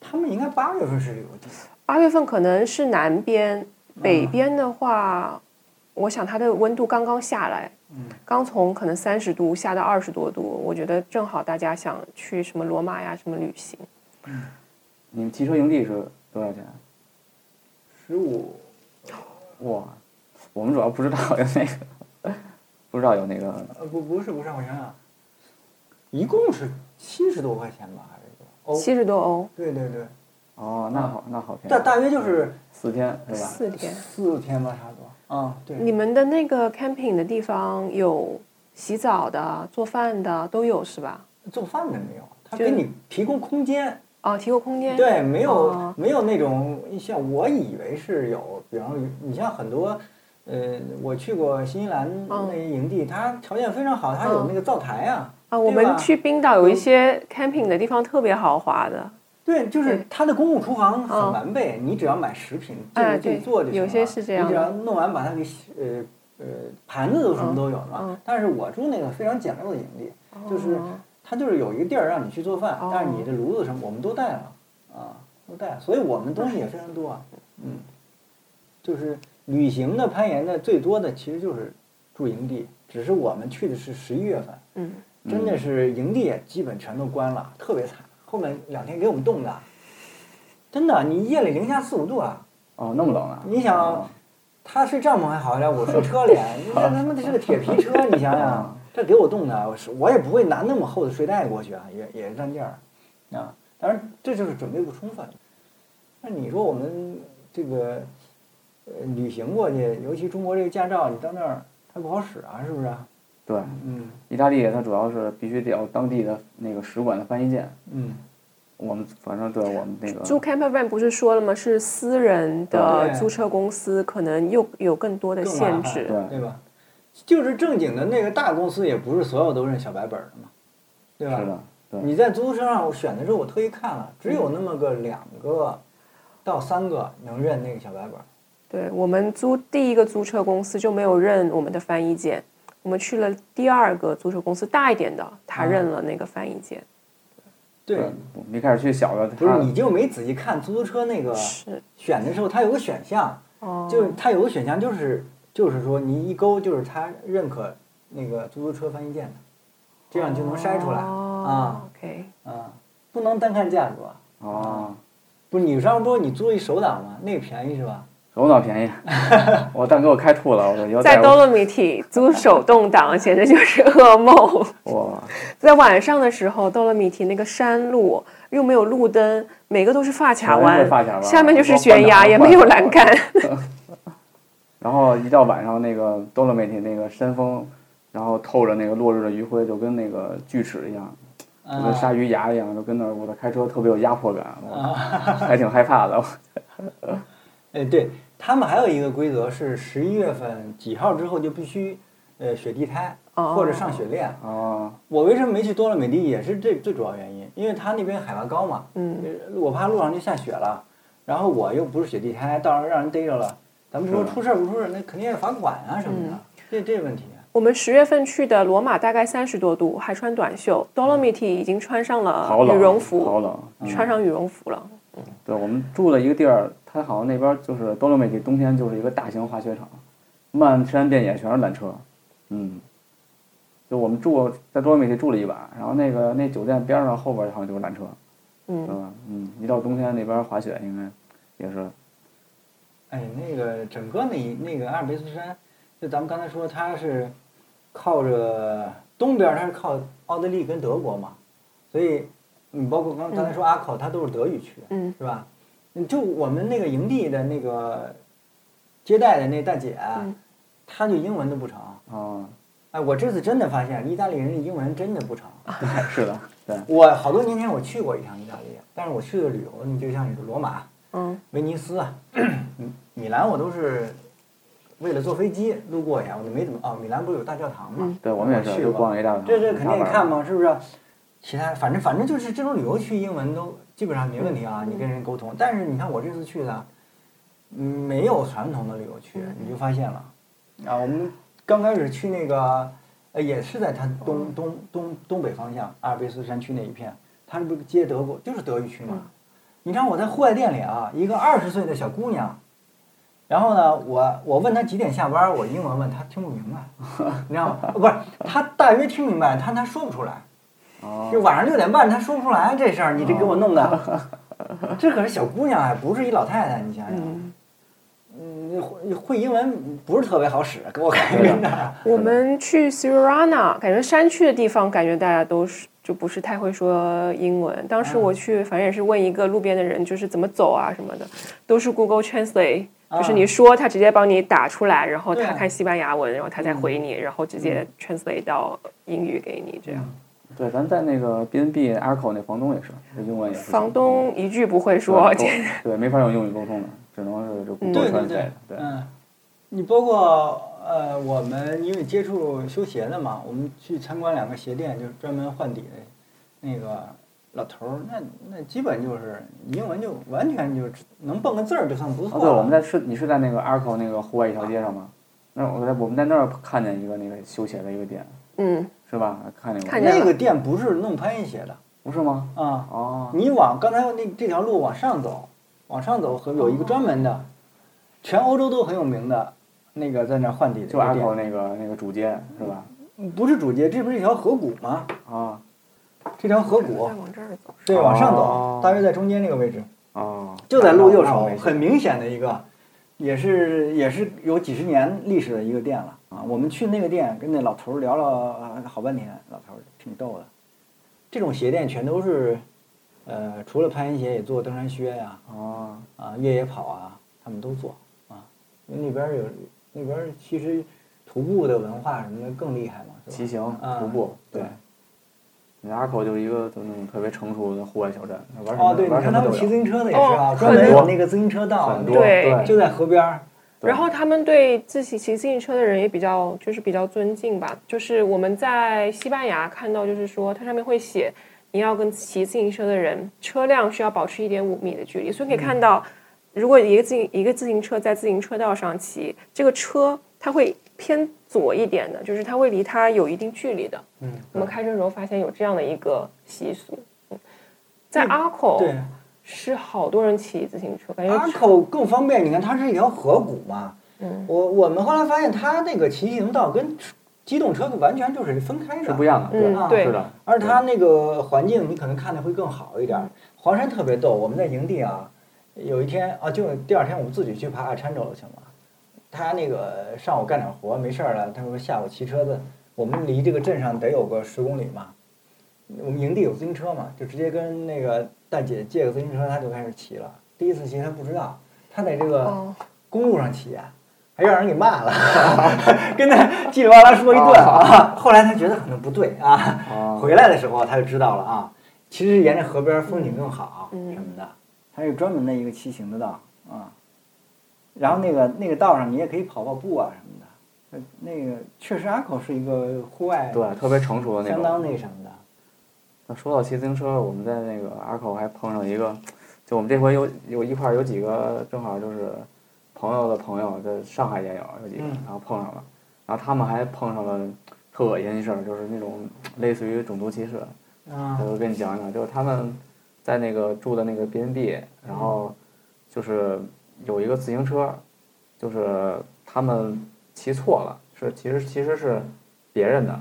他们应该八月份是旅游地，
八月份可能是南边，
嗯
北边的话，我想它的温度刚刚下来，
嗯
刚从可能三十度下到二十多度，我觉得正好大家想去什么罗马呀什么旅行，
你们汽车营地是多少钱？啊
十五
哇，我们主要不知道有那个，不知道有那个，
呃，不，不是，不是，我想想，啊一共是七十多块钱吧，还是多少？
七
哦，
十多欧，
对对对，
哦，那好，那好便宜。
啊大大约就是
四天，对吧？
四天。
四天吧，差不多。啊，对，
哦你们的那个 camping 的地方有洗澡的、做饭的都有是吧？
做饭的没有，他
就
给你提供空间，
哦，提供空间。
对，没有、
哦
没有那种像我以为是有，比方说你像很多，呃，我去过新西兰
嗯
那营地，它条件非常好，它有
嗯
那个灶台啊，
啊，我
对吧嗯
们去冰岛有一些 camping 的地方特别豪华的，
对，就是
对
它的公共厨房很
嗯
完备，你只要买食品，就
哎
是自己
对
做就行
有
了
些是这样
你只要
的
弄完把它给洗呃呃盘子都什么都有了。
嗯
但是我住那个非常简陋的营地，就是
哦
它就是有一个地儿让你去做饭，
哦
但是你的炉子什么我们都带了啊，都带了，所以我们东西也非常多啊。嗯，就是旅行的攀岩的最多的其实就是住营地，只是我们去的是十一月份，
嗯，
真的是营地也基本全都关了，特别惨。后面两天给我们冻的，真的，你夜里零下四五度啊！
哦，那么冷啊！
你想
哦
他睡帐篷还好点，我睡车里，啊那他妈的是个铁皮车，你想想，这给我冻的，我是我也不会拿那么厚的睡袋过去啊，也也是占地儿啊。当然，这就是准备不充分。那你说我们这个呃旅行过去，尤其中国这个驾照，你到那儿它不好使啊，是不是啊？
对，
嗯
意大利它主要是必须得有当地的那个使馆的翻译件。
嗯，
我们反正对我们那个
住 campervan 不是说了吗？是私人的
对
租车公司，可能又有更多的
更麻
限
烦
制。
对
对吧？就是正经的那个大公司，也不是所有都认小白本儿的嘛，对吧？
是的，对，
你在出租车上我选的时候，我特意看了，只有那么个两个到三个能认那个小白本儿。
对我们租第一个租车公司就没有认我们的翻译件，我们去了第二个租车公司大一点的，
嗯
他认了那个翻译件。
对，
我们一开始去小的，
不是你就没仔细看出租车那个
是
选的时候，它有个选项，
哦，
就是它有个选项就是就是说你一勾就是它认可那个出租车翻译件的，这样就能筛出来啊
哦，OK，
啊，不能单看价格。
哦，
不是你上周你租一手挡嘛，那个便宜是吧？
手脑便宜， 我蛋给我开吐了，我说以后
在
带我
Dolomiti 租手动挡简直就是噩梦。
哇，
在晚上的时候，Dolomiti 那个山路又没有路灯，每个都是发卡
全
弯，
是发卡弯
下面就是
光
悬崖，
光
也
板
没有
光板
栏杆。
然后一到晚上，那个 Dolomite 那个山峰，然后透着那个落日的余晖，就跟那个锯齿一样，就跟鲨
啊，
鱼牙一样，就跟那儿我的开车特别有压迫感，我还挺害怕的。
哎，对他们还有一个规则是十一月份几号之后就必须呃雪地胎
哦
或者上雪链。
哦，
我为什么没去多乐美地也是这最主要原因，因为它那边海拔高嘛，
嗯，
呃我怕路上就下雪了，然后我又不是雪地胎，到时候让人逮着了，咱们说
是
出事儿不出事儿，那肯定要罚款啊什么的，这这问题。啊
我们十月份去的罗马大概三十多度，还穿短袖。Dolomiti 已经穿上
嗯
了
好
羽
冷，
绒
好
服，
冷。嗯
穿上羽绒服了。
对我们住的一个地儿，它好像那边就是 Dolomite 冬天就是一个大型滑雪场，漫山遍野全是缆车。嗯，就我们住在 Dolomite 住了一晚，然后那个那酒店边上后边好像就是缆车。
嗯，
嗯嗯，一到冬天那边滑雪应该也是
哎，那个整个那一那个阿尔卑斯山，就咱们刚才说，它是靠着东边，它是靠奥地利跟德国嘛，所以你包括刚刚才说阿考，它都是德语区，
嗯，
是吧？你就我们那个营地的那个接待的那大姐，啊
嗯
她就英文都不成。
啊，
哎，我这次真的发现，意大利人英文真的不成。
啊
对，是的，对，
我好多年前我去过一趟意大利，但是我去的旅游，你就像你说罗马，
嗯，
威尼斯啊，米米兰我都是为了坐飞机路过一下，我就没怎么哦，米兰不是有大教堂嘛
嗯？
对我们也是
去
就
过
逛了一大晚上
这这肯定
啥
看
玩意儿
嘛，是不是？其他反正反正就是这种旅游去英文都基本上没问题啊，你跟人沟通。但是你看我这次去的，嗯没有传统的旅游区，你就发现了啊。我们刚开始去那个，呃，也是在它
哦
东东东东北方向阿尔卑斯山区那一片，它是不是接德国就是德语区
嗯
嘛？你看我在户外店里啊，一个二十岁的小姑娘，然后呢，我我问她几点下班，我英文问她听不明白， 你知道吗？不是，她大约听明白，但她说不出来。
哦
就晚上六点半，她说不出来这事儿，你这
哦
给我弄的，这可是小姑娘啊，不是一老太太，你想想，嗯，会会英文不是特别好使，给我感
啊
觉那儿
我们去 Sirana，感觉山区的地方，感觉大家都是就不是太会说英文。当时我
嗯
去，反正也是问一个路边的人，就是怎么走啊什么的，都是 Google Translate，就是
嗯
你说他直接帮你打出来，然后
对
他看西班牙文，然后他再回
嗯
你，然后直接 translate 到英语给你这样。
对，咱在那个 B N B a 口那房东也是，这英文也是
房东一句不会
嗯对
说，
沟对没法用英语沟通的，只能是就工作
嗯对
穿
对
这
对
个，，对，
嗯，你包括呃，我们因为接触修鞋的嘛，我们去参观两个鞋店，就是专门换底的，那个老头儿，那那基本就是英文就完全就是能蹦个字儿就算不
哦，
错
对，
了。
我们在是你是在那个 Arco 那个户外一条街上吗？那我在我们在那儿看见一个那个修鞋的一个店，
嗯，
是吧？看见过，
看见
那个店不是弄攀岩鞋的
不是吗？
啊，
哦，
你往刚才那这条路往上走，往上走和有一个专门的，全欧洲都很有名的，那个在那儿换底的
就
一个
Arco
店，
那个那个主街是吧？
不是主街，这不是一条河谷吗？
啊
这条河谷
嗯再往这儿走，
对，往上
哦
走，大约在中间那个位置，
哦，
就在路右手
那我，
很明显的一个，也是也是有几十年历史的一个店了啊。我们去那个店跟那老头儿聊了啊好半天，老头儿挺逗的。这种鞋店全都是，呃，除了攀岩鞋也做登山靴呀、
哦，
啊，越野跑啊，他们都做啊。因为那边儿有那边儿其实徒步的文化什么的更厉害嘛，是吧？
骑行
啊
徒步，
对。
你阿口就是一个就那种特别成熟的户外小镇，玩什么、
哦，对，你
玩什
看
么
他
都
们
有。
骑自行车的也是啊，专门
哦很多
有那个自行车道，
很多
对
就在河边儿。
然后他们对自己骑自行车的人也比较，就是比较尊敬吧。就是我们在西班牙看到，就是说它上面会写，你要跟骑自行车的人车辆需要保持一点五米的距离，所以可以看
嗯
到，如果一个自行一个自行车在自行车道上骑，这个车它会偏左一点的，就是它会离它有一定距离的。
嗯，
我们开车的时候发现有这样的一个习俗。嗯，在阿口
对，
是好多人骑自行车，感觉
阿口更方便。你看，它是一条河谷嘛。
嗯
我我们后来发现，它那个骑行道跟机动车完全就是分开的，
是不一样的，对，
嗯
对
是的，
而它那个环境，你可能看的会更好一点
嗯
儿。黄山特别逗，我们在营地啊，有一天啊，就第二天我们自己去爬阿川州了，行吗？他那个上午干点活没事儿了，他说下午骑车子，我们离这个镇上得有个十公里嘛。我们营地有自行车嘛，就直接跟那个大姐借个自行车，他就开始骑了。第一次骑他不知道，他在这个
哦，
公路上骑，啊还让人给骂了， 跟他叽里哇啦说一顿啊。后来他觉得可能不对啊，
啊，
回来的时候他就知道了啊，其实沿着河边风景更好、
嗯
什么的，它是专门的一个骑行的道啊。然后那个那个道上你也可以跑跑步啊什么的，呃那个确实阿口是一个户外
对，特别成熟的那
相
种。
当那什么的，
那说到骑自行车，我们在那个阿口还碰上一个，就我们这回有有一块儿有几个正好就是朋友的朋友，在上海也有有几个，
嗯
然后碰上了，然后他们还碰上了特恶心的事儿，就是那种类似于种族歧视，
啊
我跟你讲讲，就是他们在那个住的那个 B&B，然后就是有一个自行车，就是他们骑错了，是其实其实是别人的，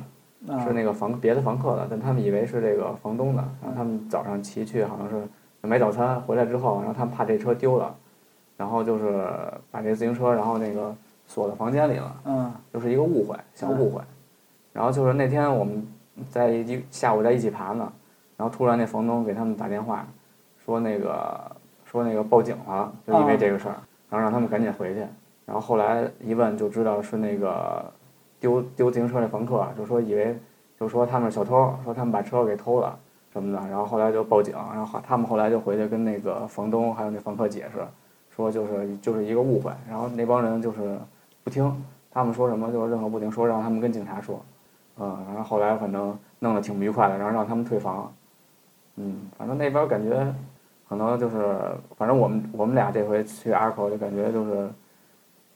啊
是那个房别的房客的，但他们以为是这个房东的，然后他们早上骑去好像是买早餐，回来之后，然后他们怕这车丢了，然后就是把这自行车然后那个锁到房间里了。
嗯
就是一个误会，小误会。然后就是那天我们在一下午在一起爬呢，然后突然那房东给他们打电话，说那个说那个报警了，就因为这个事儿，然后让他们赶紧回去。然后后来一问就知道是那个丢丢自行车那房客，啊就说以为就说他们是小偷，说他们把车给偷了什么的。然后后来就报警，然后他们后来就回去跟那个房东还有那房客解释，说就是就是一个误会。然后那帮人就是不听，他们说什么就是任何不听，说让他们跟警察说，嗯，然后后来反正弄得挺不愉快的，然后让他们退房，嗯，反正那边感觉可能就是，反正我们我们俩这回去阿口就感觉就是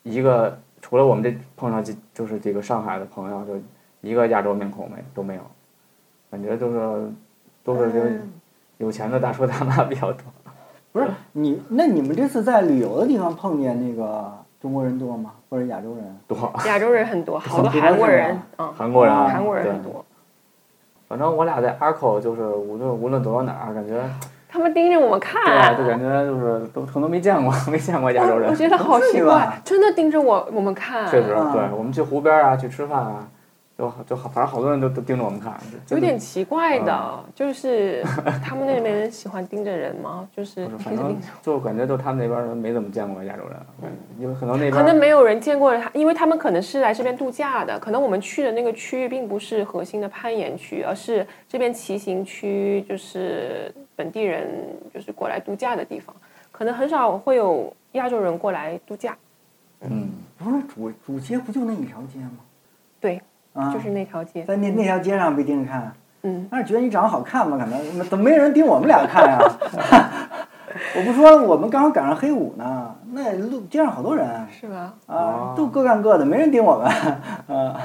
一个除了我们这碰上几就是几个上海的朋友，就一个亚洲面孔没都没有，感觉就是都是就是
嗯
有钱的大叔大妈比较多，
不是你那你们这次在旅游的地方碰见那个中国人多吗？或者亚洲人？
多
亚洲人很多，好多
很多
韩国
是吧
人，嗯，
韩国人啊
韩国人
对
很多，
反正我俩在阿口就是无论无论走到哪儿，感觉。
他们盯着我们看，
对，就感觉就是都可能没见过， 没见过亚洲
我
人。
觉得好奇
是
怪
吧，
真的盯着我我们看，
确实，
啊
对
嗯
我们去湖边啊，去吃饭啊，就就好，反正好多人都都盯着我们看，就
有点奇怪的，
嗯
就是 他们那边人喜欢盯着人吗？就是
就是
盯
反
着
正
盯着。
就感觉就他们那边人没怎么见过亚洲人，我感觉因为可能那
嗯可能
边
没有人见过他，因为他们可能是来这边度假的。可能我们去的那个区域并不是核心的攀岩区，而是这边骑行区，就是本地人就是过来度假的地方。可能很少会有亚洲人过来度假。
嗯，
不是主主街不就那一条街吗？
对，
啊，
就是那条街。
在
嗯
那那条街上被盯着看。
嗯，
那是觉得你长得好看吧？可能怎么没人盯我们俩看呀、 我不说，我们刚好赶上黑五呢，那路街上好多人啊，
是吧？
哦
都各干各的，没人盯我们。 啊，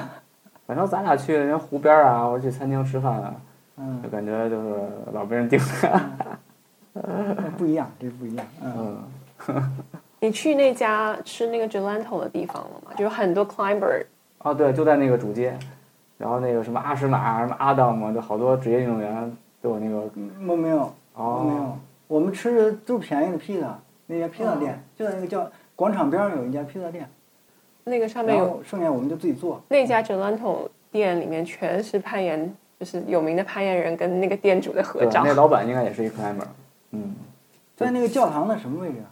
反正咱俩去人家湖边啊，或者去餐厅吃饭啊，
嗯
就，感觉就是老被人盯着，
那不一样，这不一样。嗯，
嗯，
你去那家吃那个 gelato 的地方了吗？就有很多 climber
哦对，就在那个主街，然后那个什么阿什玛、啊什么阿当嘛，就好多职业运动员都有那个
我嗯没有，我没
嗯
哦
有，我们吃的都是便宜的披萨，那家披萨
哦
店就在那个叫广场边上有一家披萨店，
那个上面
然
哦
有
后剩下我们就自己做。
那家 gelato 店里面全是攀岩，就是有名的攀岩人跟那个店主的合
对，
照。
那老板应该也是一 climber，嗯。
在那个教堂的什么位置？啊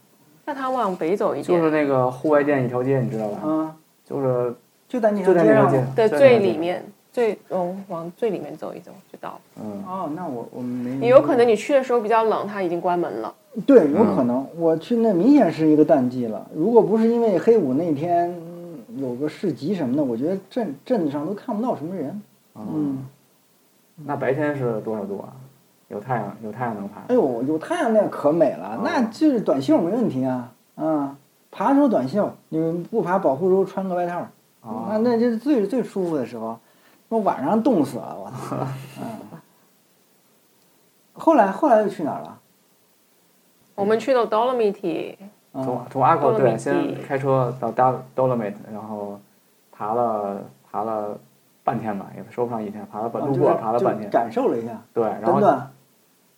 那他往北走一
就
点
是那个户外店一条街，你知道吧？
啊，
就是
就在那条
就在那
街
条
上
街
吗。
就在那
的
条
最
街
里，面，最嗯往最里面走一走就到了。
嗯，
哦，那我我们没。
也有可能你去的时候比较冷，它已经关门了。
对，有
嗯
可能。我去那明显是一个淡季了。如果不是因为黑五那天嗯有个市集什么的，我觉得镇镇子上都看不到什么人。
哦
嗯，
那白天是多少度啊？有太阳，有太阳能爬
哎。呦，有太阳那可美了
哦，
那就是短袖没问题啊啊！爬的时候短袖，你们不爬保护时候穿个外套，
哦，
那啊那就是最最舒服的时候。那晚上冻死了，我 操！嗯。后来后来又去哪儿了？
我们去了 Dolomiti，
啊
从从阿克对，
Dolomiti
先开车到 Dol- Dolomite，然后爬了爬了半天吧，也说不上一天，爬了半
啊
路
就
过
是
爬了
就
半天，
感受了一下，
对，然
单
后
段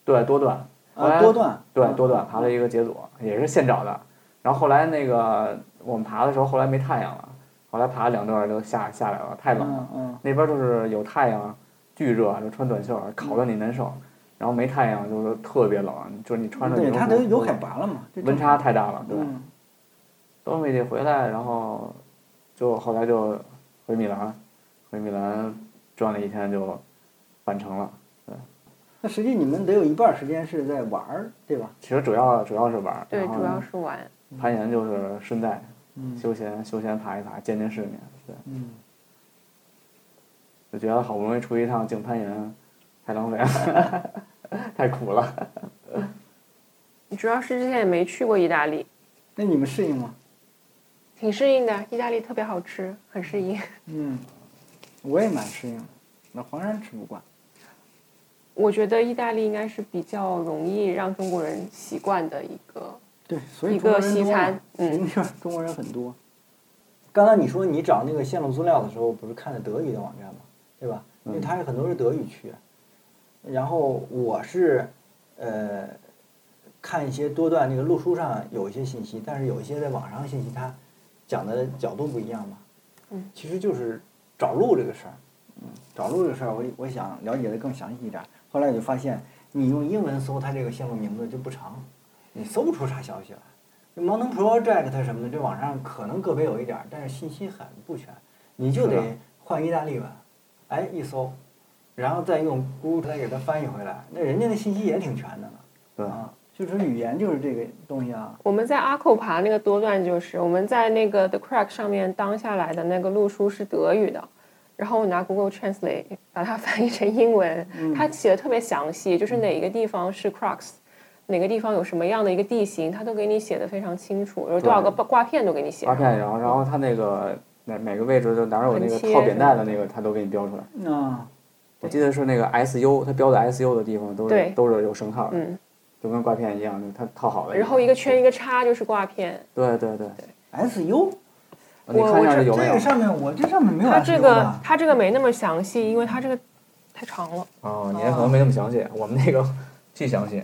对多段，后来
啊多段，
对
啊
多段爬了一个解锁，也是现找的。然后后来那个我们爬的时候，后来没太阳了，后来爬了两段就下下来了，太冷了。
嗯嗯，
那边就是有太阳，巨热，啊就穿短袖儿，烤得你难受。然后没太阳就是特别冷，就是你穿着羽
嗯对，
绒
它都
服
有海拔了嘛，这
温差太大了，对。
嗯
都没得回来，然后就后来就回米兰，回米兰转了一天就返程了。
那实际你们得有一半时间是在玩儿，对吧？
其实主要主要是玩儿，
对，
然后
主要是玩。
攀岩就是顺带
嗯
休闲休闲爬一爬，见见世面，对，
嗯，
就觉得好不容易出一趟净攀岩，太浪费了， 太苦了。
主要是之前也没去过意大利，
那你们适应吗？
挺适应的，意大利特别好吃，很适应。
嗯，我也蛮适应的，那黄山吃不惯。
我觉得意大利应该是比较容易让中国人习惯的一个，
对，所以
一
中国
个
人
西
多嘛
餐 嗯，
那边中国人很多。刚才你说你找那个线路资料的时候，不是看的德语的网站吗？对吧？因为
嗯
它是很多是德语区，然后我是呃看一些多段那个路书上有一些信息，但是有一些在网上信息它讲的角度不一样嘛。
嗯，
其实就是找路这个事儿。嗯，找路这个事儿，我我想了解的更详细一点。后来我就发现，你用英文搜它这个线路名字就不长，你搜不出啥消息来。Mountain Project 什么的，这网上可能个别有一点儿，但是信息很不全，你就得换意大利文，哎，一搜，然后再用 Google 再给它翻译回来，那人家那信息也挺全的呢。
对
啊，就是语言就是这个东西啊。
我们在阿扣爬那个多段就是我们在那个 The Crack 上面当下来的那个路书是德语的，然后我拿 Google Translate 把它 翻译成英文，它写的特别详细，就是哪一个地方是 Crux，哪个地方有什么样的一个地形，它都给你写的非常清楚，有多少个
对
挂片都给你写
八
上。
片，然后然后它那个哪每个位置就哪儿有那个
横切
套扁带的那个，它都给你标出来。
那
我记得是那个 SU，它标的 SU 的地方都是
对
都是有绳套的，
嗯，
就跟挂片一样，就它套好了。
然后一个圈一个叉就是挂片，
对对对，
SU
你看一下有
这
没有
个？上面我这上面没有
它
SU
这个
吧？
它这个没那么详细，因为它这个太长了。
哦，你那可能没那么详细，我们那个 巨详细，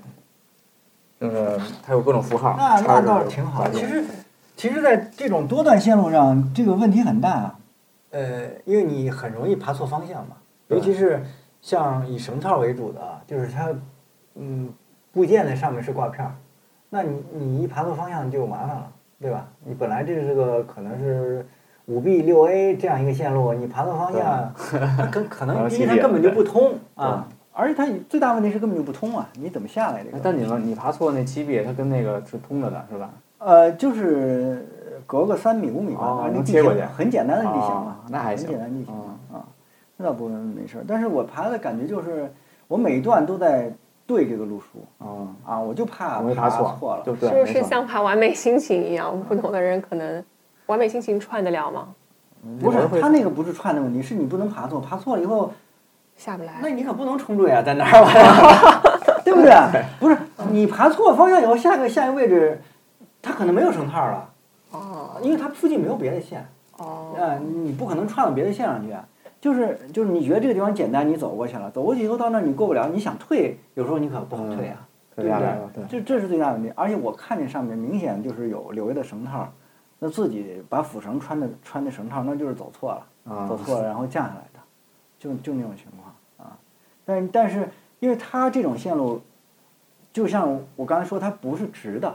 就是它有各种符号，
那
插
那
着
倒是挺好
挂
的。其
件
实，其实，在这种多段线路上，这个问题很大啊。呃，因为你很容易爬错方向嘛，尤其是像以绳套为主的啊，就是它，嗯，部件在上面是挂片儿，那你你一爬错方向就麻烦了，对吧？你本来这是个可能是五 B 六 A 这样一个线路，你爬错方向，它可可 能
能
第
起
一它
点
根本就不通啊，而且它最大问题是根本就不通啊，你怎么下来这个？
哎但你们你爬错那七 B，它跟那个是通着的，是吧？
呃，就是隔个三米五米吧，
哦
反
能
正那地
切过
形
去
很简单的地形
哦
嘛，
那还行
很简单地形
嗯
啊，那倒不没事儿。但是我爬的感觉就是，我每一段都在对这个路书
哦，
啊，我就怕
我没爬
爬
错，
错了。
对不
是
对？
不
没
是
错
像爬完美心情一样？不同的人可能完美心情串得了吗？
不
有
是
人会
他那个不是串的问题，是你不能爬错，爬错了以后，
下不来
那。你可不能冲坠啊，在那儿啊吧， 对不对？ 不是你爬错方向以后，下个下一个位置，它可能没有绳套了，
哦
因为它附近没有别的线。
哦，
啊，你不可能串到别的线上去啊。就是就是，你觉得这个地方简单，你走过去了，走过去以后到那儿你过不了，你想退，有时候你可不好退啊，
退不
对不
下来了
对？这这是最大问题。而且我看见上面明显就是有留的绳套，那自己把辅绳穿的穿的绳套，那就是走错了，
啊
走错了然后降下来的，就就那种情况啊。但但是因为它这种线路，就像我刚才说，它不是直的，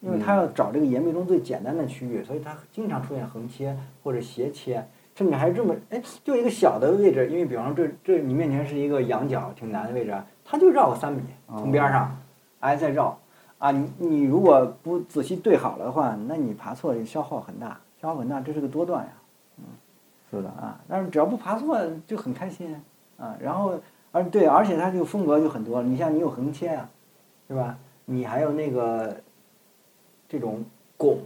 因为它要找这个岩壁中最简单的区域，所以它经常出现横切或者斜切，甚至还这么哎，就一个小的位置，因为比方说这这你面前是一个仰角挺难的位置啊，它就绕个三米从边上，哎再绕啊，你你如果不仔细对好了的话，那你爬错了消耗很大，消耗很大，这是个多段呀。
是的，
啊，但是只要不爬错就很开心啊。然后，而对，而且它这个风格就很多了。你像你有横切啊，是吧？你还有那个这种拱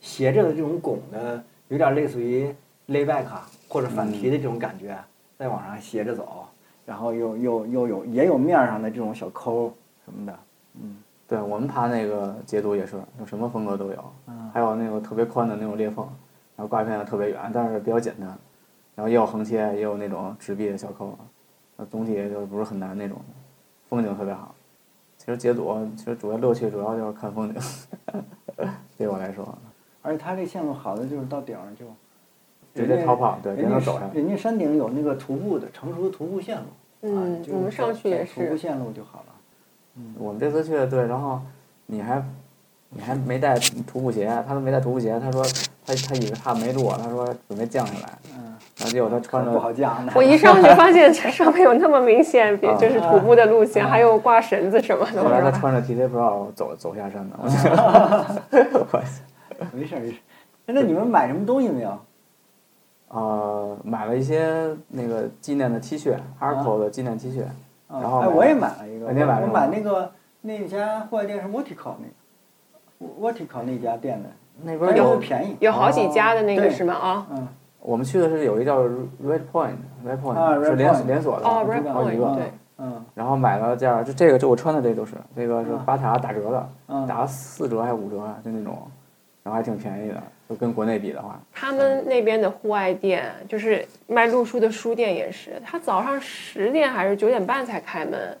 斜着的这种拱的，有点类似于 layback 啊或者反皮的这种感觉，再往上斜着走，然后又又又有也有面儿上的这种小抠什么的，嗯
对我们爬那个解读也是，有什么风格都有，
嗯
还有那个特别宽的那种裂缝，然后挂片又特别远，但是比较简单。然后也有横切，也有那种直臂的小扣，那总体就不是很难那种，风景特别好。其实解组其实主要乐趣主要就是看风景， 对我来说，
而且它这项目好的就是到顶上就
直接逃跑，对，别
人
能
家
走上去。
人家山顶有那个徒步的成熟的徒步线路，
嗯
啊，就
我们上去也
走徒步
是，
线路就好了。
我们这次去的对，然后你还你还没带徒步鞋，他都没带徒步鞋，他说他他以为怕没住，他说准备降下来，
嗯，
然后结果他穿
不好
着
讲呢。
我 一上去发现这上面有那么明显，别就是徒步的路线，还有挂绳子什么的，
啊后来他
我说
穿着 TT Pro 走走下山的， 我 觉得
没事儿没事儿。那你们买什么东西没有？啊
呃买了一些那个纪念的 T 恤 a r c o 的纪念 T 恤，
啊
然后
哎，
买
我也买了一个，
哎你也买
我
了
我
吗
买那个那家户外店是 Vertical 那个，Vertical 那家店的，
那
但
边
是
有
便宜。
有好几家的那
哦
个
对
是吗？啊，
嗯，
我们去的是有一叫 Red Point，Red
啊
Point
，Red
是连
Point
连锁的，
哦
我知道
，Red
一个
Point，对，
嗯
然后买了件儿，这这个这我穿的这都是，这个是
啊
巴塔打折的，
嗯，
打了四折还是五折啊，就那种，然后还挺便宜的，就跟国内比的话，
他们那边的户外店，就是卖路书的书店也是，他早上十点还是九点半才开门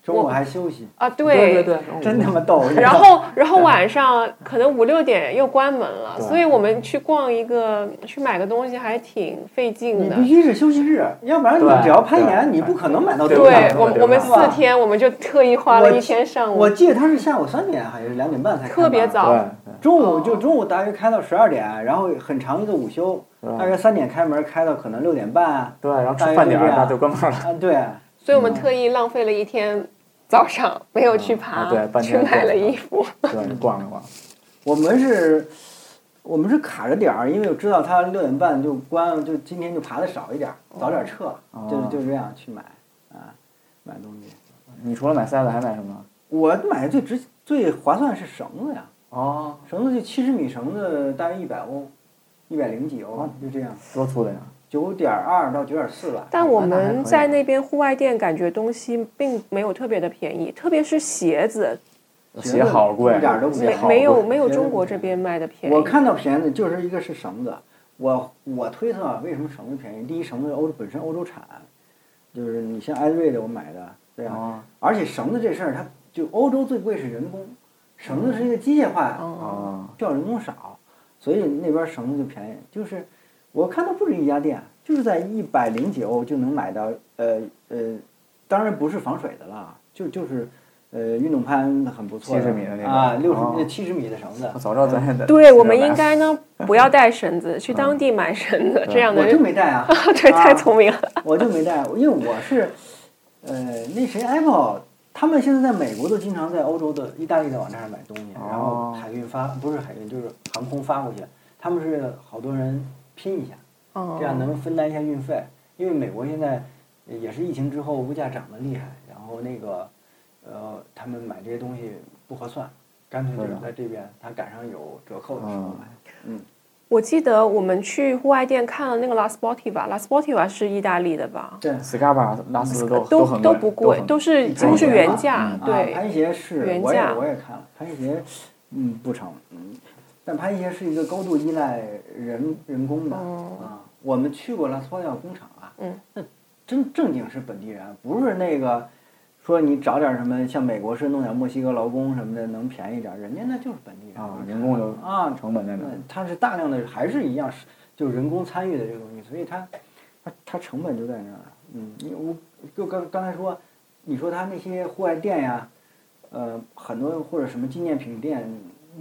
中午还休息，
啊？
对对，然后我
真他妈逗。
然后，然后晚上可能五六点又关门了，
对
所以我们去逛一个、去买个东西还挺费劲
你
的。
嗯
必须是休息日，要不然你
对
只要攀岩，
对
你不可能买到
对
地方
对
对
我们，我们
对
四
吧
天，我们就特意花了一天上午
我，记得他是下午三点还是两点半才开门
特别早
对对
中
哦
午就中午大约开到十二点，然后很长一个午休，
嗯
对
大约三点开门，开到可能六点半啊，
对，然后吃
大约
饭点儿
就这样
那就关门 了，
啊对，
所以我们特意浪费了一天早上没有去爬，
啊对半
去
天
买
对
了衣服。
对，逛了逛，
我们是，我们是卡着点儿，因为我知道他六点半就关了，就今天就爬的少一点儿，
哦
早点撤，就是就是这样去买啊，买东西。
你除了买塞子还买什么？
我买的最值最划算是绳子呀，
哦，
绳子就七十米绳子大约一百欧，一百零几
哦
欧，就这样，
多粗的呀？
九点二到九点四吧。
但我
啊那还可
们
以
在那边户外店感觉东西并没有特别的便宜，特别是鞋子，
鞋好贵，
一点儿都不
鞋
没
好贵
没有没有
鞋子
中国这边卖的便宜。
我看到便宜的就是一个是绳子，我我推测啊，为什么绳子便宜？第一，绳子欧本身欧洲产，就是你像艾瑞的我买的，对啊，
哦
而且绳子这事儿，它就欧洲最贵是人工，绳子是一个机械化，
哦，
需要人工少，所以那边绳子就便宜。就是我看到不止一家店，就是在一百零几欧就能买到，呃呃，当然不是防水的啦，就就是呃运动攀很不错的，
70米的那种
啊，六
哦
十七十米的绳子
我，早知道咱也得
对，我们
买
应该 呢不要带绳子，去当地买绳子，这样 的
我就没带啊。
对 太聪明了。
我就没带，因为我是，呃，那谁 Apple，他们现在在美国都经常在欧洲的、意大利的网站上买东西，然后
哦
海运发不是海运就是航空发过去，他们是好多人拼一下，
哦
这样能分担一下运费。因为美国现在呃也是疫情之后物价涨得厉害，然后那个呃，他们买这些东西不合算，干脆就是
是的
在这边，他赶上有折扣的时候
嗯
买。
我记得我们去户外店看了那个 La Sportiva，La Sportiva 是意大利的吧？
对，
Scarpa 拉丝都
都
很
都
贵
不贵，
很
都是
一
几乎是
盘
原
嘛
价
嗯，
对
啊，攀鞋是，
原
我也
价
我也看了，攀鞋，嗯，不成，嗯，但攀鞋是一个高度依赖人人工的、啊。我们去过拉斯科料工厂啊，
哦嗯，
那真正经是本地人，不是那个说你找点什么像美国是弄点墨西哥劳工什么的能便宜点儿，人家那就是本地人
啊，人工有
啊，
成本在
那
哪？
它是大量的，还是一样是就是人工参与的这个东西，所以它它它成本就在那儿了。嗯，你我就刚刚才说，你说它那些户外店呀，呃，很多或者什么纪念品店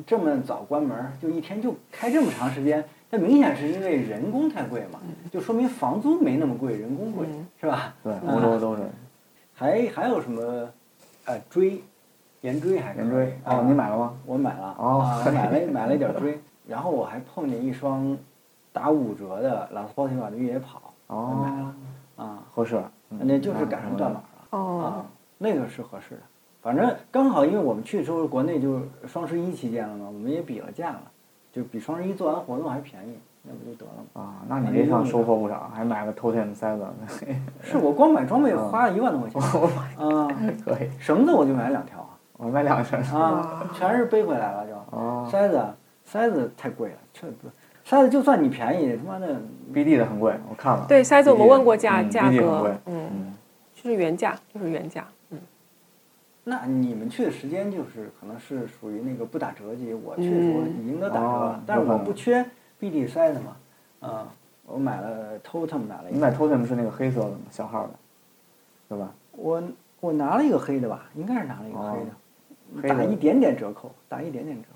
这么早关门儿，就一天就开这么长时间，那明显是因为人工太贵嘛，就说明房租没那么贵，人工贵、是吧？
对，欧洲都是
还还有什么呃锥，圆锥还可以
圆锥。
啊
哦，你买了吗？
我买了，
哦
啊买了买了一点锥，然后我还碰见一双打五折的拉斯波提瓦的越野跑，我买
哦
了，啊，
合适，嗯
那就是赶上断码了
哦
啊，，那个是合适的。反正刚好，因为我们去的时候国内就是双十一期间了嘛，我们也比了价了，就比双十一做完活动还便宜，那不就得了吗？
嗯
啊，那你这趟收获不少，还买了 Totem 塞子，
是我光买装备花了一万多块钱啊，
可以，
绳子我就买了两条啊
我买两身。
啊，全是背回来了就。
哦，
塞子，塞子太贵了，这不塞子就算你便宜，他妈的
BD 的很贵，我看了。
对塞子我们
BD
问过价
嗯
价
BD 很
格
贵，
嗯，
嗯，
就是原价，就是原价，嗯，
那你们去的时间就是可能是属于那个不打折季，我去的时候已经都打折了，
哦
但是
有
我
可能
不缺 BD 塞的嘛，啊、我买了 Totem 买了一
你
个，
买 Totem 是那个黑色的吗？小号的，对吧？
我我拿了一个黑的吧，应该是拿了一个黑的，
黑的
打一点点折扣，打一点点折扣，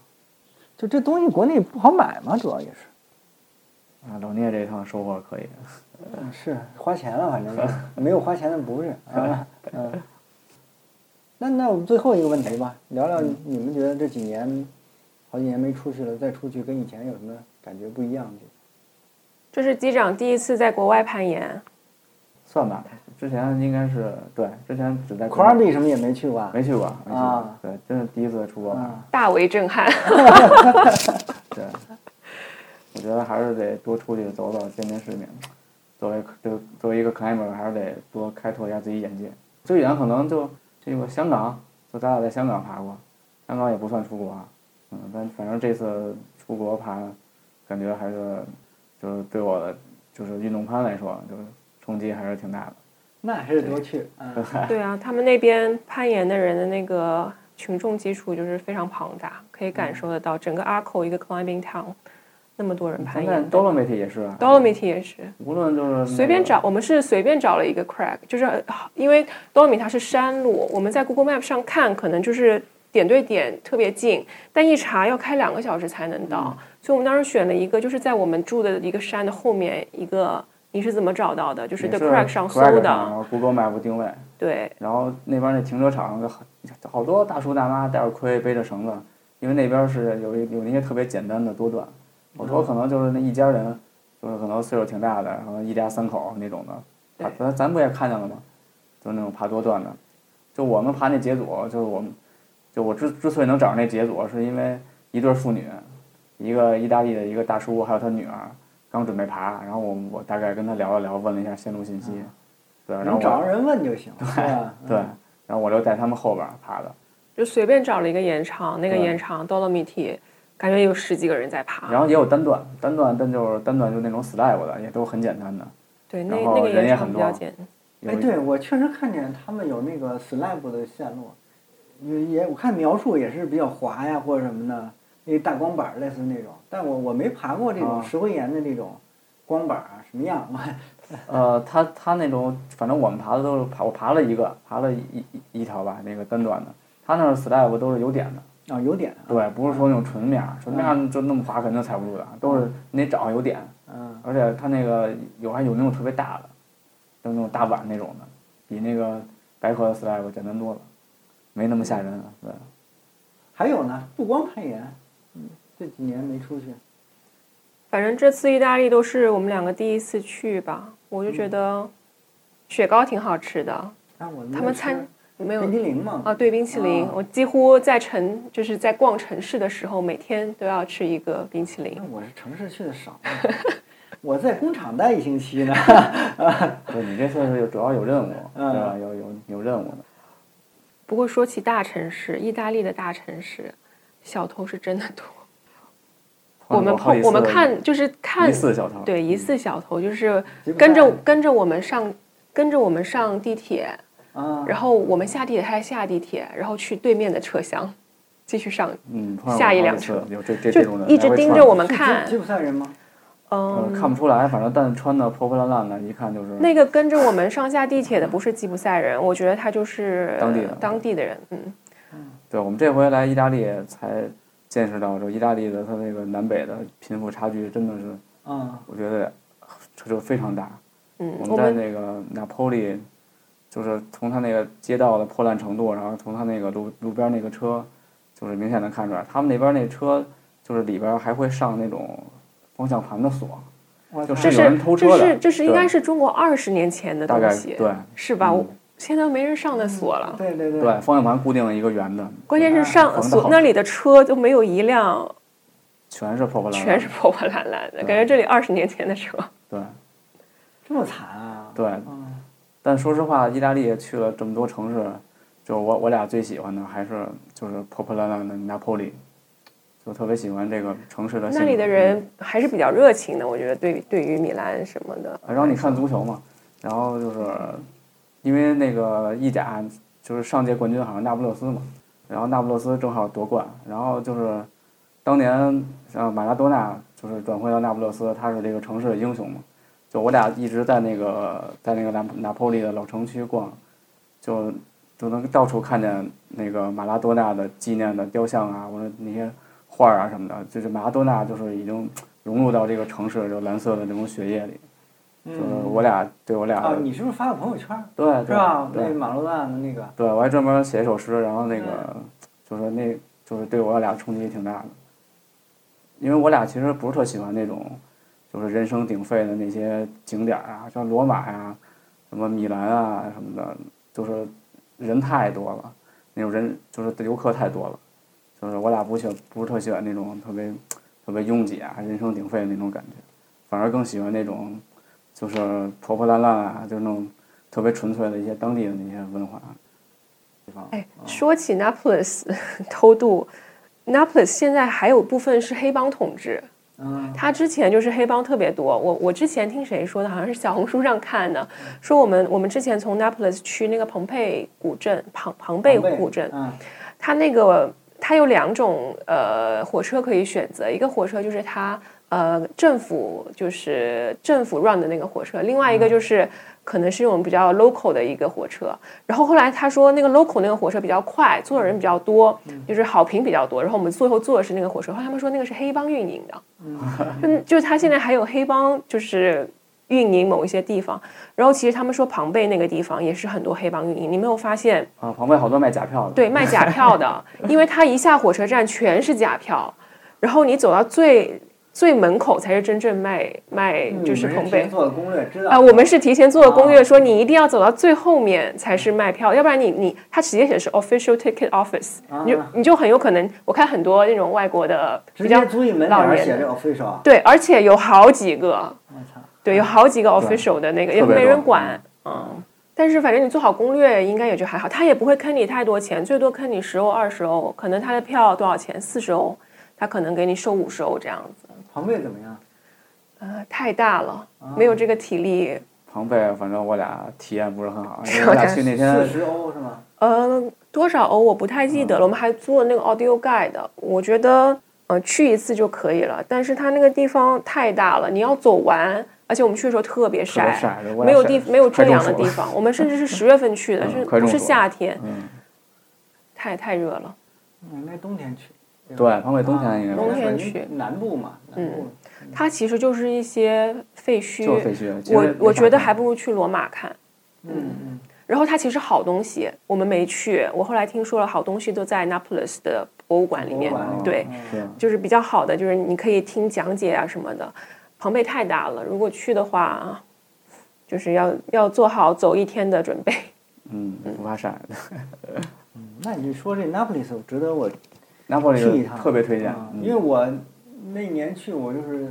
就这东西国内不好买嘛，主要也是，
啊，老聂这一趟收获可以。
嗯，是花钱了，反 正是没有花钱的不是啊，嗯。那那我们最后一个问题吧，聊聊
嗯
你们觉得这几年，好几年没出去了，再出去跟以前有什么感觉不一样的？
这是机长第一次在国外攀岩，
算吧，之前应该是对，之前只在国内
Krabi 什么也没去过啊，
没去过，没去过，
啊
对，真是第一次
嗯
出国玩，
啊，
大为震 撼。
对，我觉得还是得多出去走走，见见世面。作为作作为一个 climber，还是得多开拓一下自己眼界。最远可能就这个香港，就咱俩在香港爬过，香港也不算出国啊，嗯，但反正这次出国爬，感觉还是就是对我的就是运动攀来说，就是冲击还是挺大的。
那还是多去啊。
对啊，他们那边攀岩的人的那个群众基础就是非常庞大，可以感受得到整个阿扣一个 climbing town 那嗯么多人攀
咱在
岩。
Dolomite 也是啊
Dolomite 也是
无论就是那个
随便找，我们是随便找了一个 crack，就是呃因为 Dolomite 它是山路，我们在 Google Map 上看可能就是点对点特别近，但一查要开两个小时才能到，
嗯
所以我们当时选了一个就是在我们住的一个山的后面一个。你是怎么找到的？就是
也
The
是
Crack 上搜
Crack 上然
的，
后 Google Map 定位，
对，
然后那边那停车场有好好多大叔大妈带着盔背着绳子，因为那边是有一有那些特别简单的多段，好多可能就是那一家人，就是可能岁数挺大的，然后一家三口那种的，爬咱咱不也看见了吗？就是那种爬多段的，就我们爬那节组，就是我们，就我之之所以能找着那节组，是因为一对父女，一个意大利的一个大叔，还有他女儿。刚准备爬，然后我我大概跟他聊了聊，问了一下线路信息，对，然后
啊能
我
找着人问就行，对吧？
对，然后我就在他们后边儿爬的。
就随便找了一个岩场，那个
对
岩场 Dolomiti，感觉有十几个人在爬。
然后也有单段，单段但就是单段就是那种 slab 的，也都很简单的。
对，那
然后
那个
人也
岩场
很
比
多
较简单。
有
哎，
一
对我确实看见他们有那个 slab 的线路，也也我看描述也是比较滑呀或者什么的，那大光板儿类似那种，但我我没爬过这种
啊
石灰岩的那种光板儿啊什么样，我
呃，他他那种，反正我们爬的都是爬，我爬了一个，爬了一一一条吧，那个单段的。他那儿 slab 都是有点的，
啊有点啊，
对，不是说那种纯面儿，纯面儿就那么滑肯定踩不住的，都是你得找有点，
嗯，
而且他那个有还有那种特别大的，就那种大碗那种的，比那个白河的 slab 简单多了，没那么吓人。啊对，
还有呢，不光攀岩，嗯，这几年没出去，
反正这次意大利都是我们两个第一次去吧，我
嗯
就觉得雪糕挺好吃的，
但我
他
他
们餐没有
冰激凌嘛，
啊，对冰淇淋，
哦
啊
我几乎在城就是在逛城市的时候，每天都要吃一个冰淇淋
那。我是城市去的少， 我在工厂待一星期呢。
对你这次是有主要有任务，对吧？有有有任务的。
不过说起大城市，意大利的大城市，小偷是真的多。我们
哦好
碰
几次
我们看就是看
疑似小嗯偷，
对，疑似小偷就是
吉普赛
跟着跟着我们上跟着我们上地铁，
啊，
然后我们下地铁，他下地铁，然后去对面的车厢继续上，
嗯，碰上过
下一
好
辆
几
车
次有这这这种
就
的
一直
来回
盯
窜
着我们
是吉
看
吉。普赛人吗？
呃
嗯，
看不出来，反正但穿的破破烂烂的，一看就是
那个跟着我们上下地铁的不是吉普赛人，我觉得他就是
当地的
当地的人。嗯，
对我们这回来意大利才见识到，就意大利的它那个南北的贫富差距真的是，
啊，
我觉得这就非常大。
嗯
我们
我
在
们
那个拿坡里，就是从他那个街道的破烂程度，然后从他那个路路边那个车，就是明显能看出来，他们那边那车就是里边还会上那种方向盘的锁，
我
就是
操
这
有
是
人偷
这
车的
是这是应
对
该是中国二十年前的
大
东
概
西，
对
是吧？
嗯
我现在都没人上那锁了。
对对对
对，方向盘固定了一个圆的，
关键是
防
上
啊得
锁
好
那里的车都没有一辆，
全是破破烂烂，
全是破破烂烂的，感
嗯
觉这里二十年前 的车。
对
这么惨啊！
对。
嗯，
但说实话，意大利去了这么多城市，就我我俩最喜欢的还是就是破破烂烂的拿破里，就特别喜欢这个城市的性
那
格。
里的人还是比较热情的，我觉得对于对于米兰什么的，
然后你看足球嘛，然后就是因为那个意甲就是上届冠军好像那不勒斯嘛，然后那不勒斯正好夺冠，然后就是当年像马拉多纳就是转会到那不勒斯，他是这个城市的英雄嘛。就我俩一直在那个在那个拿拿破里的老城区逛，就就能到处看见那个马拉多纳的纪念的雕像啊，或者那些画儿啊什么的，就是马拉多纳就是已经融入到这个城市就蓝色的这种血液里。就是我俩对我俩
啊，你是不是发个朋友圈儿
对对
是吧？
对
对马路蛋的那个，
对，我还专门写一首诗，然后那个就是那就是对我俩冲击挺大的，因为我俩其实不是特喜欢那种就是人声鼎沸的那些景点儿啊，像罗马呀、什么米兰啊什么的，就是人太多了，那种人就是游客太多了，就是我俩不喜欢不是特喜欢那种特别特别拥挤啊、人声鼎沸的那种感觉，反而更喜欢那种就是破破烂烂啊，就是那种特别纯粹的一些当地的那些文化啊地方。
哎，说起 Naples 偷渡，Naples 现在还有部分是黑帮统治。
嗯，
他之前就是黑帮特别多，我我之前听谁说的，好像是小红书上看的，说我们我们之前从 Naples 去那个庞贝古镇，庞庞贝古镇，
嗯，
它那个它有两种呃火车可以选择，一个火车就是它呃政府就是政府 run 的那个火车，另外一个就是可能是用比较 local 的一个火车。然后后来他说那个 local 那个火车比较快，坐的人比较多，就是好评比较多。然后我们最后坐的是那个火车，后来他们说那个是黑帮运营的，嗯，就是他现在还有黑帮就是。运营某一些地方，然后其实他们说庞贝那个地方也是很多黑帮运营，你没有发现
啊，旁边好多卖假票的。
对，卖 假票的，因为他一下火车站全是假票，然后你走到最最门口才是真正卖卖就是
嗯你们
彭
提前
贝。
做的攻略，知道
啊、我们是提前做了攻略，
啊
说你一定要走到最后面才是卖票，要不然你你他直接写是 official ticket office，、你就
啊
你就很有可能，我看很多那种外国的
直
比较
接租一门脸
老
儿
年
写
的
这 official 啊，
对，而且有好几个，
我操，
对，有好几个 official 的那个，也
特别
没
多
人管，嗯。但是反正你做好攻略，应该也就还好，他也不会坑你太多钱，最多坑你十欧、二十欧，可能他的票多少钱？四十欧，他可能给你收五十欧这样子。
庞贝怎么样？
呃，太大了，没
啊
有这个体力。
庞贝，反正我俩体验不是很 好，因为我俩去那
四
天
十欧是吗？
呃，多少欧我不太记
嗯
得了，我们还做那个 audio guide，我觉得呃去一次就可以了，但是他那个地方太大了，你要走完。而且我们去的时候特别晒，
晒我俩
没有
晒
地没有
快
遮
中
阳的
暑了
地方。我们甚至是十月份去的，
嗯
是
快
不
中
是
暑了
夏天？
嗯，
太太热了。
嗯应该冬天去。吧
对，庞贝冬天应该
啊
是
冬天
属于
去嗯
南部嘛，南部
它其实就是一些废墟，
就是废墟其实没
我
啥
我觉得
看
还不如去罗马看。
嗯嗯，
然后它其实好东西我们没去，我后来听说了，好东西都在 Naples 的博物馆里面。
博物馆嗯里
对，
哦是啊
就是比较好的，就是你可以听讲解啊什么的。庞贝太大了，如果去的话，啊就是要要做好走一天 的准备。
嗯，不怕晒。
那你说这 Naples 值得我
拿破
去一
里
趟，
特别推荐
啊，
嗯
因为我那年去我就是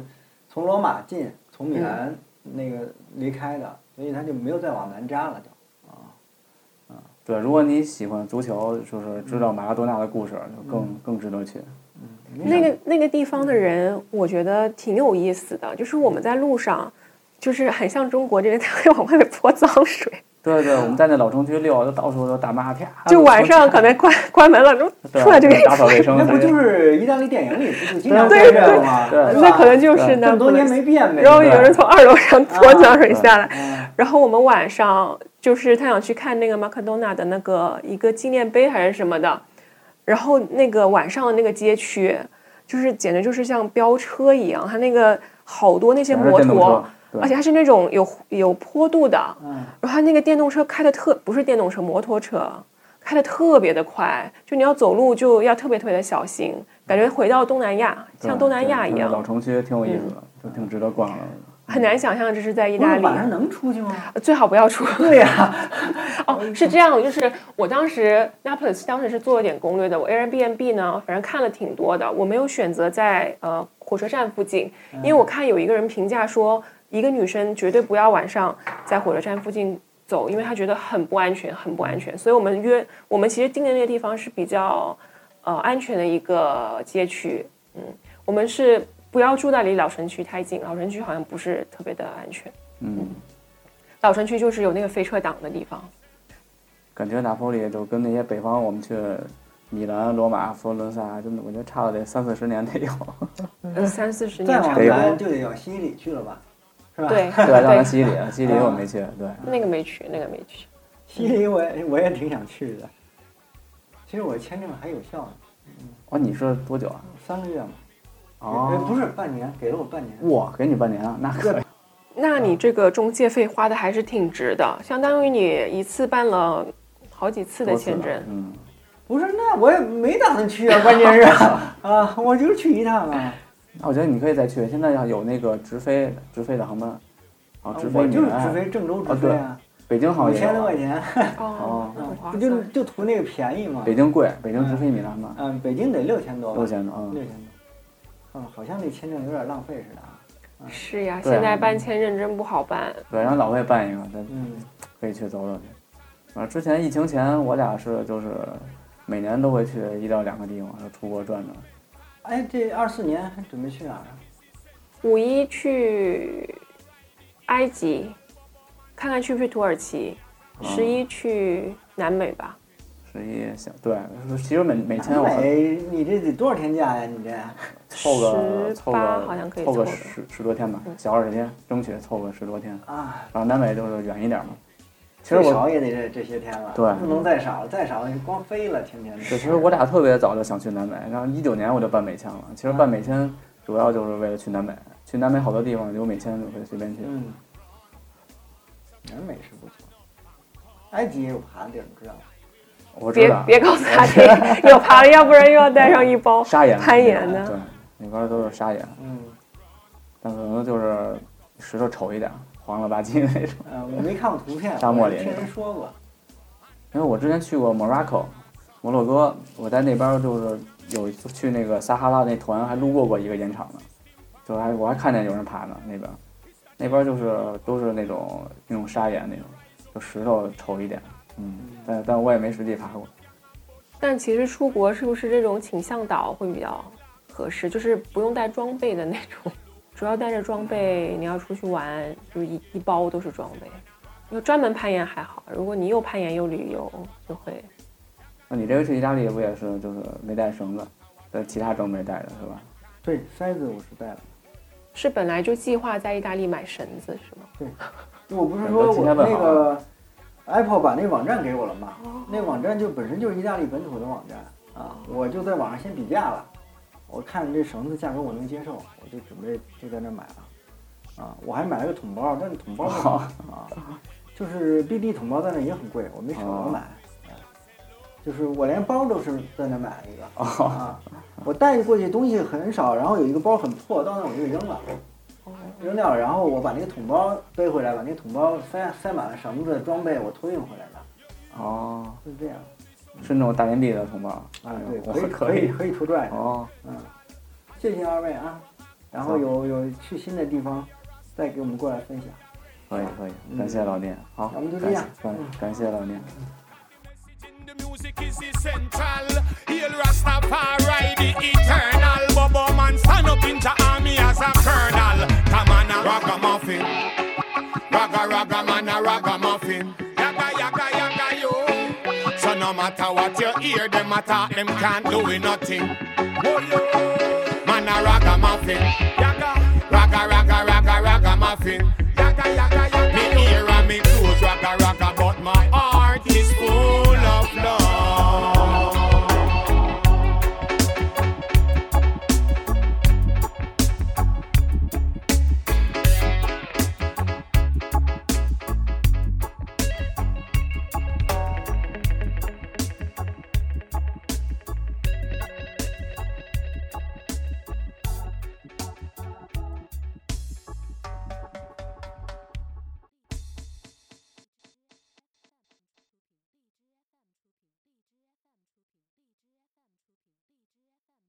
从罗马进，从米兰
嗯
那个离开的，所以他就没有再往南扎了，就
对，如果你喜欢足球，就是知道马拉多纳的故事，就更
嗯
更值得去。
那个那个地方的人，我觉得挺有意思的，就是我们在路上，就是很像中国这边， 他会往外面泼脏水。
对对，我们在那老城区溜，就到处都大妈啪，
就晚上可能关关门了，就
对
出来就给你
打扫卫生，
那不
直接
就是意大利电影里不就经常
对
拍这个吗？
对
是吧
那可能就是
这
那
么多年没变呗。
然后有人从二楼
啊
上泼脏水
对
下来，
啊
然后我们晚上就是他想去看那个马克多纳的那个一个纪念碑还是什么的，然后那个晚上的那个街区，就是简直就是像飙车一样，他那个好多那些
全是
摩
电动
托
车，，嗯对
而且它是那种有有坡度的，然后它那个电动车开的特不是电动车，摩托车开的特别的快，就你要走路就要特别特别的小心，感觉回到东南亚，
对
像东南亚
对
一
老
样，嗯
城区挺有意思的，就挺值得逛的。
很难想象这是在意
不
大
是
利，
晚上能出去吗？
最好不 要出。
对呀，
哦，是这样的，就是我当时 Naples 当时是做了点攻略的，我 Airbnb 呢，反正看了挺多的，我没有选择在呃火车站附近，
嗯
因为我看有一个人评价说，一个女生绝对不要晚上在火车站附近走，因为她觉得很不安全，很不安全。所以我们约，我们其实定的那个地方是比较呃安全的一个街区，我们是不要住在离老城区太近，老城区好像不是特别的安全。
嗯，
老城区就是有那个飞车党的地方，
感觉拿破里就跟那些北方我们去米兰、罗马、佛罗伦萨，啊真的我觉得差了得三四十年得 有。
嗯，三四十
再
年差
往
不
得有
多。
南就得往西里去了吧？是吧？
对
对，让他
对，
西里，西里我没去。
嗯
对，
那个没去，那个没去。
西里我也我也挺想去的。其实我签证还有效呢，
哦，你是多久啊？
三个月嘛，哎
哦，
不是半年，给了我半年。
哇，给你半年啊，那可以。
那
嗯
你这个中介费花的还是挺值的，相当于你一次办了好几次的
多次
签
了
证。
嗯，
不是，那我也没打算去啊，关键 是啊，我就是去一趟啊，
那我觉得你可以再去。现在要有那个直飞直飞的航班，啊，直
哦我
飞
就是
米兰
直飞郑州直飞啊，
北京好
五
像也有
千
啊
多块钱，
哦，那很划
不
算。
就就图那个便宜嘛。
北京贵，北京直飞米兰嘛，
嗯，北京得六千多吧，
六千多啊。
六千多，嗯，好像那签证有点浪费似的啊。
是呀，
对啊
现在办签证真不好办。
对，然后老魏办一个，咱
嗯，
可以去走走去。啊，之前疫情前我俩是就是每年都会去一到两个地方，就出国转转。
哎，这二四年还准备去哪儿啊？
五一去埃及，看看去不去土耳其。
嗯
十一去南美吧，
十一想对，其实每每天我
南
很
美，你这得多少天假呀？你这
凑个凑
18好像可
个
以
凑个
凑的嗯
十十多天吧，小二十天，争取凑个十多天。
啊，
然后南美就是远一点嘛。其实
最
我
少也得这这些天了，
对
不能再少，再少你光飞了，天天的。
对，其实我俩特别早就想去南美，然后一九年我就办美签了。其实办美签主要就是为了去南美，去南美好多地方有美签就可以随便去。
嗯，南美是不错，埃及也有爬的地儿，你知道吗？
我知
别
道，
别告诉他这 个有爬的，要不然又要带上一包
砂岩，
攀岩
对
的。，
那边都是砂岩，
嗯，
但可能就是石头丑一点，黄了吧唧那种。
呃，我没看过图片，
沙漠里
我是听人说过。
因为我之前去过 Morocco，摩洛哥，我在那边就是有一次去那个撒哈拉那团，还路过过一个盐场呢，就还我还看见有人爬呢那边，那边就是都是那种那种砂岩那种，就石头丑一点，嗯，但但我也没实际爬过，
但其实出国是不是这种请向导会比较合适？就是不用带装备的那种，主要带着装备，你要出去玩，就是一一包都是装备。有专门攀岩还好，如果你又攀岩又旅游，就会
那你这回去意大利不也是就是没带绳子，但其他装备带着是吧？
对，塞子我是带了。
是本来就计划在意大利买绳子是吗？
我不是说我
今天问
那
好
个 Apple 把那网站给我了吗？那网站就本身就是意大利本土的网站啊，我就在网上先比价了，我看这绳子价格我能接受，我就准备就在那儿买了，啊，我还买了个桶包，但是桶包那个啊，就是 BD 桶包在那儿也很贵，我没舍得
哦
买，啊就是我连包都是在那儿买了一
哦
个啊，我带过去东西很少，然后有一个包很破，到那儿我就扔了。
哦
扔掉了，然后我把那个桶包背回来，把那个桶包塞塞满了绳子装备，我托运回来的，
哦，
就是这样。
是那种大岩壁的同胞
啊，对，
哎我
可以
可
可以可以拖拽的，
哦，
嗯，谢谢二位啊，然后有有去新的地方，再给我们过来分享。
可以可以，感谢老聂，好，
嗯那我们就这
感谢
样嗯
感感谢老聂。
The music is essential. Hail Rastafari, the eternal. Bobo man, stand up in the army as a colonel. Come on, a ragamuffin. Raga, raga, man, a ragamuffin. Yaga, yaga, yaga, yo. So no matter what you hear, them attack, them can't do it nothing. Oh, yo. Man, a ragamuffin. Yaga.